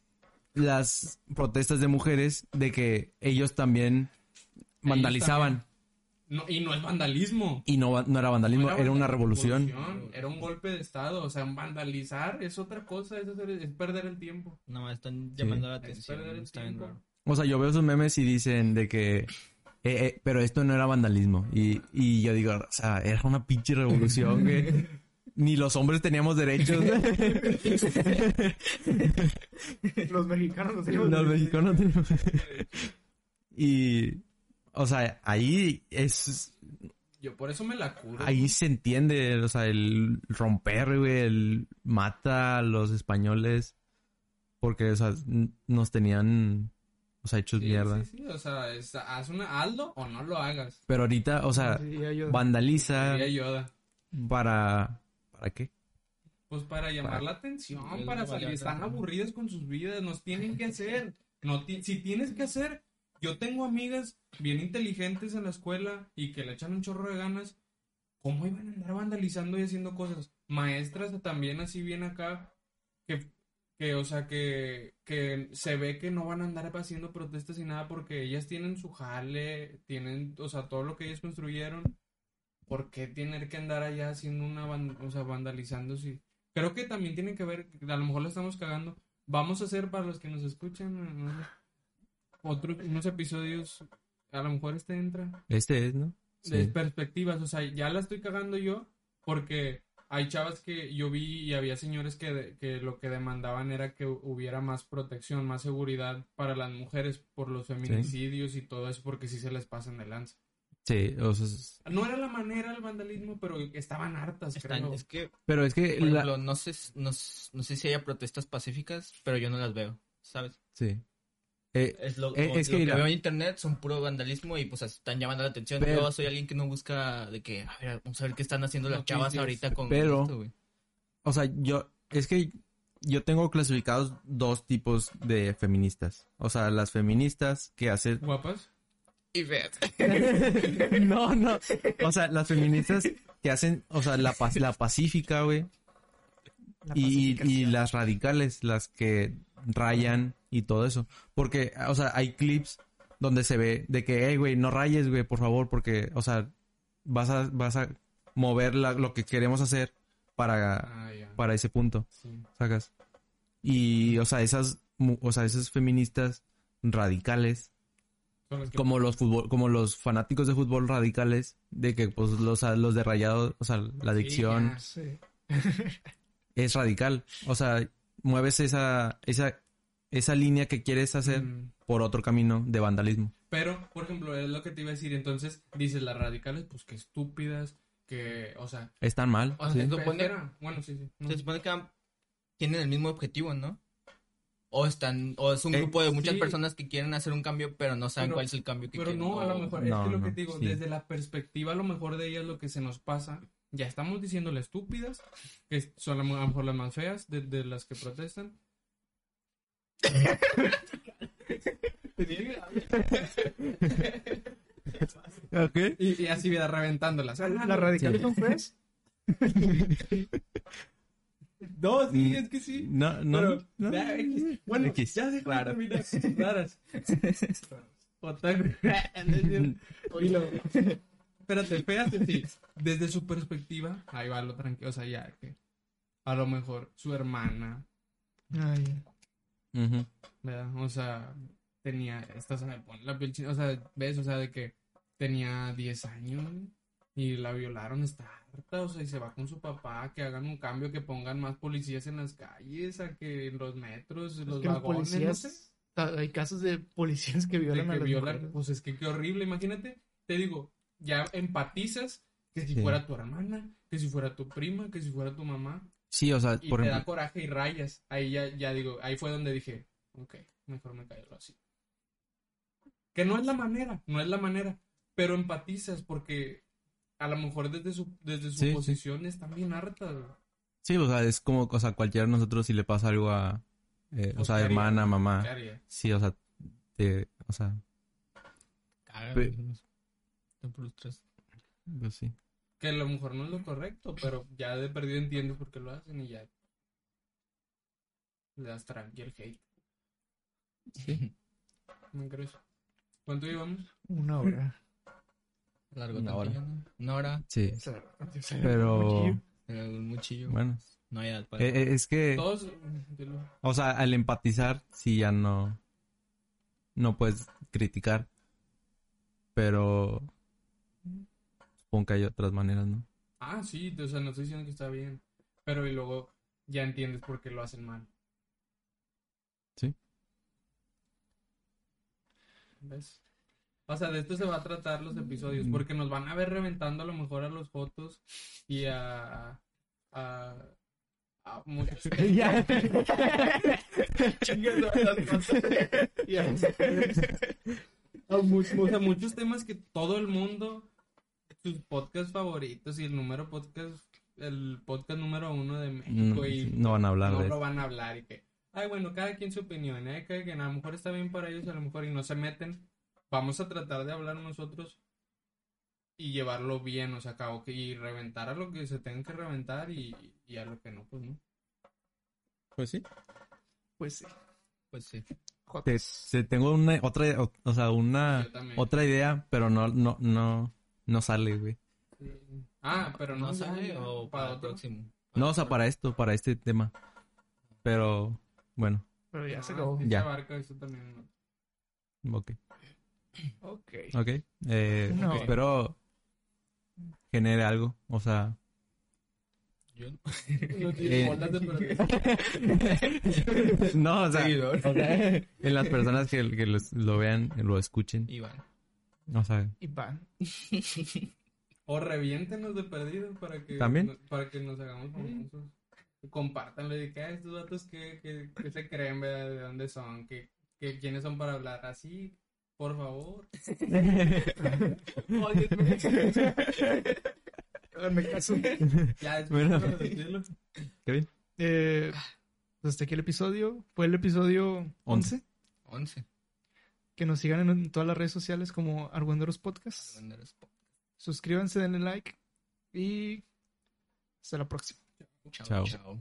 [SPEAKER 3] las protestas de mujeres de que ellos también vandalizaban.
[SPEAKER 2] No, y no es vandalismo.
[SPEAKER 3] Y no, va- no era vandalismo, era, una revolución.
[SPEAKER 2] Era un golpe de Estado. O sea, vandalizar es otra cosa. Es, hacer- es perder el tiempo.
[SPEAKER 4] No, están llamando la
[SPEAKER 2] Es perder
[SPEAKER 4] atención.
[SPEAKER 2] el
[SPEAKER 4] Está bien
[SPEAKER 2] tiempo.
[SPEAKER 4] raro.
[SPEAKER 3] O sea, yo veo esos memes y dicen de que... eh, eh, pero esto no era vandalismo. Y, y yo digo, o sea, era una pinche revolución
[SPEAKER 2] [LAUGHS]
[SPEAKER 3] que ni los hombres teníamos derechos.
[SPEAKER 1] Los mexicanos nos llevan.
[SPEAKER 3] los mexicanos teníamos... [LAUGHS] y... O sea, ahí es...
[SPEAKER 2] Yo por eso me la curo.
[SPEAKER 3] Ahí se entiende, o sea, el romper, güey, el mata a los españoles. Porque, o sea, n- nos tenían, o sea, hechos
[SPEAKER 2] Sí,
[SPEAKER 3] mierda.
[SPEAKER 2] sí, sí, O sea, es- haz una hazlo o no lo hagas.
[SPEAKER 3] Pero ahorita, o sea,
[SPEAKER 1] Sí, ya yo-
[SPEAKER 3] vandaliza
[SPEAKER 2] Sería Yoda.
[SPEAKER 3] para... ¿Para qué?
[SPEAKER 2] Pues para llamar
[SPEAKER 3] Para-
[SPEAKER 2] la atención,
[SPEAKER 4] Sí,
[SPEAKER 2] para
[SPEAKER 4] es
[SPEAKER 2] salir.
[SPEAKER 4] variante,
[SPEAKER 2] Están
[SPEAKER 4] ¿no?
[SPEAKER 2] aburridas con sus vidas, nos tienen que hacer. No ti- si tienes que hacer, yo tengo amigas bien inteligentes en la escuela y que le echan un chorro de ganas. ¿Cómo iban a andar vandalizando y haciendo cosas? Maestras también así bien acá, que, que o sea, que, que se ve que no van a andar haciendo protestas y nada porque ellas tienen su jale, tienen, o sea, todo lo que ellas construyeron. ¿Por qué tener que andar allá haciendo una, van- o sea, vandalizando si Creo que también tiene que ver, a lo mejor la estamos cagando. Vamos a hacer para los que nos escuchan no sé, otro- unos episodios, a lo mejor este entra,
[SPEAKER 3] Este es, ¿no?
[SPEAKER 2] de
[SPEAKER 3] Sí.
[SPEAKER 2] perspectivas. O sea, ya la estoy cagando yo porque hay chavas que yo vi y había señores que, de- que lo que demandaban era que hubiera más protección, más seguridad para las mujeres por los feminicidios y todo eso, porque sí se les pasan de lanza.
[SPEAKER 3] Sí, o sea, es-
[SPEAKER 2] No era la manera el vandalismo, pero estaban hartas,
[SPEAKER 4] Están-
[SPEAKER 2] creo.
[SPEAKER 4] es que
[SPEAKER 3] pero es que...
[SPEAKER 4] Por
[SPEAKER 3] la-
[SPEAKER 4] ejemplo, no sé, s- no, s- no sé si haya protestas pacíficas, pero yo no las veo, ¿sabes?
[SPEAKER 3] Sí. Eh,
[SPEAKER 4] Es lo,
[SPEAKER 3] Eh,
[SPEAKER 4] lo-
[SPEAKER 3] es
[SPEAKER 4] lo
[SPEAKER 3] que
[SPEAKER 4] que,
[SPEAKER 3] mira.
[SPEAKER 4] veo en internet son puro vandalismo y pues están llamando la atención.
[SPEAKER 3] Pero-
[SPEAKER 4] Yo soy alguien que no busca de que, a ver, vamos a ver qué están haciendo las
[SPEAKER 2] Noticias.
[SPEAKER 4] chavas ahorita con
[SPEAKER 3] Pero-
[SPEAKER 4] esto, güey.
[SPEAKER 3] o sea, yo... Es que yo tengo clasificados dos tipos de feministas. O sea, las feministas que hacen...
[SPEAKER 2] Guapas.
[SPEAKER 4] Y veas.
[SPEAKER 3] no, no. O sea, las feministas que hacen... O sea, la, paz- la pacífica, güey. y, y las radicales, las que rayan y todo eso. Porque, o sea, hay clips donde se ve de que, hey, güey, no rayes, güey, por favor, porque, o sea, vas a, vas a mover la- lo que queremos hacer para,
[SPEAKER 2] Ah, ya.
[SPEAKER 3] para ese punto,
[SPEAKER 2] Sí.
[SPEAKER 3] sacas. Y, o sea, esas, mu- o sea, esas feministas radicales,
[SPEAKER 2] Son las que-
[SPEAKER 3] como los fútbol, como los fanáticos de fútbol radicales, de que, pues, los, los de rayado, o sea, la adicción,
[SPEAKER 2] ya.
[SPEAKER 1] Sí.
[SPEAKER 3] es radical. O sea, mueves esa, esa, esa línea que quieres hacer
[SPEAKER 2] Mm.
[SPEAKER 3] por otro camino de vandalismo.
[SPEAKER 2] Pero, por ejemplo, es lo que te iba a decir. Entonces, dices las radicales, pues que estúpidas, que, o sea,
[SPEAKER 3] Es tan mal.
[SPEAKER 4] O sea,
[SPEAKER 3] sí.
[SPEAKER 4] se supone-
[SPEAKER 2] espera. Bueno, sí, sí. no.
[SPEAKER 4] Se supone que am- tienen el mismo objetivo, ¿no? O están, o es un
[SPEAKER 3] Eh,
[SPEAKER 4] grupo de muchas
[SPEAKER 2] sí.
[SPEAKER 4] personas que quieren hacer un cambio, pero no saben
[SPEAKER 2] Pero-
[SPEAKER 4] cuál es el cambio que
[SPEAKER 2] Pero
[SPEAKER 4] quieren.
[SPEAKER 2] no, a
[SPEAKER 4] o-
[SPEAKER 2] lo mejor, es
[SPEAKER 3] No,
[SPEAKER 2] que lo
[SPEAKER 3] no,
[SPEAKER 2] que te digo,
[SPEAKER 3] sí.
[SPEAKER 2] desde la perspectiva a lo mejor de ellas lo que se nos pasa, ya estamos diciéndole estúpidas, que son a lo mejor las más feas de, de las que protestan. y, y así vida reventándolas. Ah,
[SPEAKER 1] ¿Las radicales son feas?
[SPEAKER 2] Dos, sí, es que sí.
[SPEAKER 3] No, no,
[SPEAKER 2] Pero,
[SPEAKER 3] no.
[SPEAKER 2] ya, X. Bueno,
[SPEAKER 3] X.
[SPEAKER 2] ya déjame terminar. Raras. Otaku. No es cierto. Oye, lo- espérate, espérate, sí. Desde su perspectiva, ahí va lo tranquilo. O sea, ya que a lo mejor su hermana,
[SPEAKER 1] [LAUGHS] Ay,
[SPEAKER 3] Ujú.
[SPEAKER 2] ¿verdad? O sea, tenía, esta se me pone la piel china, o sea, ves, o sea, de que tenía 10 años y la violaron, está harta, o sea, y se va con su papá, que hagan un cambio, que pongan más policías en las calles, a que en los metros, en
[SPEAKER 1] es
[SPEAKER 2] los
[SPEAKER 1] que los
[SPEAKER 2] vagones, no sé.
[SPEAKER 1] policías. ta- Hay casos de policías que
[SPEAKER 2] de
[SPEAKER 1] violan
[SPEAKER 2] que
[SPEAKER 1] a las
[SPEAKER 2] violan,
[SPEAKER 1] mujeres.
[SPEAKER 2] pues es que qué horrible, imagínate, te digo, ya empatizas que si
[SPEAKER 3] Sí.
[SPEAKER 2] fuera tu hermana, que si fuera tu prima, que si fuera tu mamá,
[SPEAKER 3] Sí, o sea,
[SPEAKER 2] y
[SPEAKER 3] por
[SPEAKER 2] te
[SPEAKER 3] ejemplo.
[SPEAKER 2] da coraje y rayas, ahí ya, ya digo, ahí fue donde dije, ok, mejor me callo así. Que no es la manera, no es la manera, pero empatizas porque a lo mejor desde su, desde su
[SPEAKER 3] Sí, sí.
[SPEAKER 2] posición están bien hartas, güey.
[SPEAKER 3] Sí, o sea, es como, o sea, cualquiera de nosotros si le pasa algo a, eh, o
[SPEAKER 2] Pues,
[SPEAKER 3] sea,
[SPEAKER 2] ¿qué haría?
[SPEAKER 3] hermana, mamá.
[SPEAKER 2] ¿Qué haría?
[SPEAKER 3] Sí, o sea, te, o sea,
[SPEAKER 4] Caga,
[SPEAKER 3] Pe-
[SPEAKER 4] güey, no sé. Te frustras.
[SPEAKER 3] pues sí.
[SPEAKER 2] Que a lo mejor no es lo correcto, pero ya de perdido entiendes por qué lo hacen y ya le das tranqui el hate. No creo eso. ¿Cuánto llevamos?
[SPEAKER 1] Una hora.
[SPEAKER 4] Largo
[SPEAKER 3] Una hora.
[SPEAKER 4] tantillo, ¿no? Una hora.
[SPEAKER 3] Sí,
[SPEAKER 1] O sea, o sea,
[SPEAKER 3] pero,
[SPEAKER 1] muchillo.
[SPEAKER 4] Era un muchillo.
[SPEAKER 3] bueno,
[SPEAKER 4] No hay edad para.
[SPEAKER 3] eh, eh, es que,
[SPEAKER 2] Todos. dilo.
[SPEAKER 3] o sea, al empatizar, sí ya no, no puedes criticar, pero supongo que hay otras maneras, ¿no?
[SPEAKER 2] Ah, sí, o sea, no estoy diciendo que está bien. Pero y luego ya entiendes por qué lo hacen mal.
[SPEAKER 3] Sí.
[SPEAKER 2] ¿Ves? O sea, de esto se va a tratar los episodios, porque nos van a ver reventando a lo mejor a los fotos y a. a. a muchos.
[SPEAKER 1] [LAUGHS] Ya.
[SPEAKER 2] Chingas, las
[SPEAKER 1] [LAUGHS]
[SPEAKER 2] cosas. Y a- a mu- o sea, muchos temas que todo el mundo, sus podcasts favoritos y el número podcast, el podcast número uno de México
[SPEAKER 3] No,
[SPEAKER 2] y
[SPEAKER 3] no van a hablar
[SPEAKER 2] no
[SPEAKER 3] de
[SPEAKER 2] lo
[SPEAKER 3] eso.
[SPEAKER 2] van a hablar y que, ay, bueno, cada quien su opinión, ¿eh? Cada quien, a lo mejor está bien para ellos, a lo mejor y no se meten. Vamos a tratar de hablar nosotros y llevarlo bien, o sea, cabo, que, y reventar a lo que se tenga que reventar y, y a lo que no, pues no.
[SPEAKER 3] Pues sí.
[SPEAKER 1] Pues sí.
[SPEAKER 4] Pues sí.
[SPEAKER 3] Te, te tengo una, otra, o, o sea, una,
[SPEAKER 2] Yo también.
[SPEAKER 3] Ah, otra idea, pero no, no, no, no sale, güey.
[SPEAKER 2] Sí. Ah, pero no,
[SPEAKER 4] ¿No sale
[SPEAKER 2] ya,
[SPEAKER 4] o para el
[SPEAKER 2] otro.
[SPEAKER 4] próximo?
[SPEAKER 3] No, o sea, para esto, para este tema. Pero, bueno,
[SPEAKER 1] Pero ya
[SPEAKER 2] Ah,
[SPEAKER 1] se acabó.
[SPEAKER 2] sí se
[SPEAKER 3] Ya.
[SPEAKER 2] abarca eso también, ¿no?
[SPEAKER 3] ok,
[SPEAKER 1] Ok.
[SPEAKER 3] ok. Eh,
[SPEAKER 1] Una hora.
[SPEAKER 3] Espero genere algo, o sea...
[SPEAKER 4] Yo no.
[SPEAKER 2] No tiene
[SPEAKER 3] Eh,
[SPEAKER 2] bolas [LAUGHS] de perder.
[SPEAKER 3] no, o sea,
[SPEAKER 4] Seguidor.
[SPEAKER 3] o
[SPEAKER 4] [LAUGHS]
[SPEAKER 3] sea, eh. en las personas que, que los- lo vean, lo escuchen,
[SPEAKER 4] Iván.
[SPEAKER 3] o sea,
[SPEAKER 1] Y van.
[SPEAKER 2] O reviéntenos de perdido para que,
[SPEAKER 3] ¿También?
[SPEAKER 2] para que nos hagamos famosos. Compártanlo de que "Ah, estos datos que, que, que se creen, ¿verdad? de dónde son, que, que quiénes son para hablar así, por favor.
[SPEAKER 4] [LAUGHS]
[SPEAKER 1] Háganme caso.
[SPEAKER 2] Ya, es
[SPEAKER 3] Bueno.
[SPEAKER 2] bueno. decirlo.
[SPEAKER 1] Eh, pues hasta aquí el episodio. Fue el episodio
[SPEAKER 3] Once.
[SPEAKER 1] 11.
[SPEAKER 4] 11.
[SPEAKER 1] Que nos sigan en, en todas las redes sociales como Argüenderos Podcast. Suscríbanse, denle like. Y hasta la próxima.
[SPEAKER 4] Chao.
[SPEAKER 3] Chao.
[SPEAKER 4] Chao.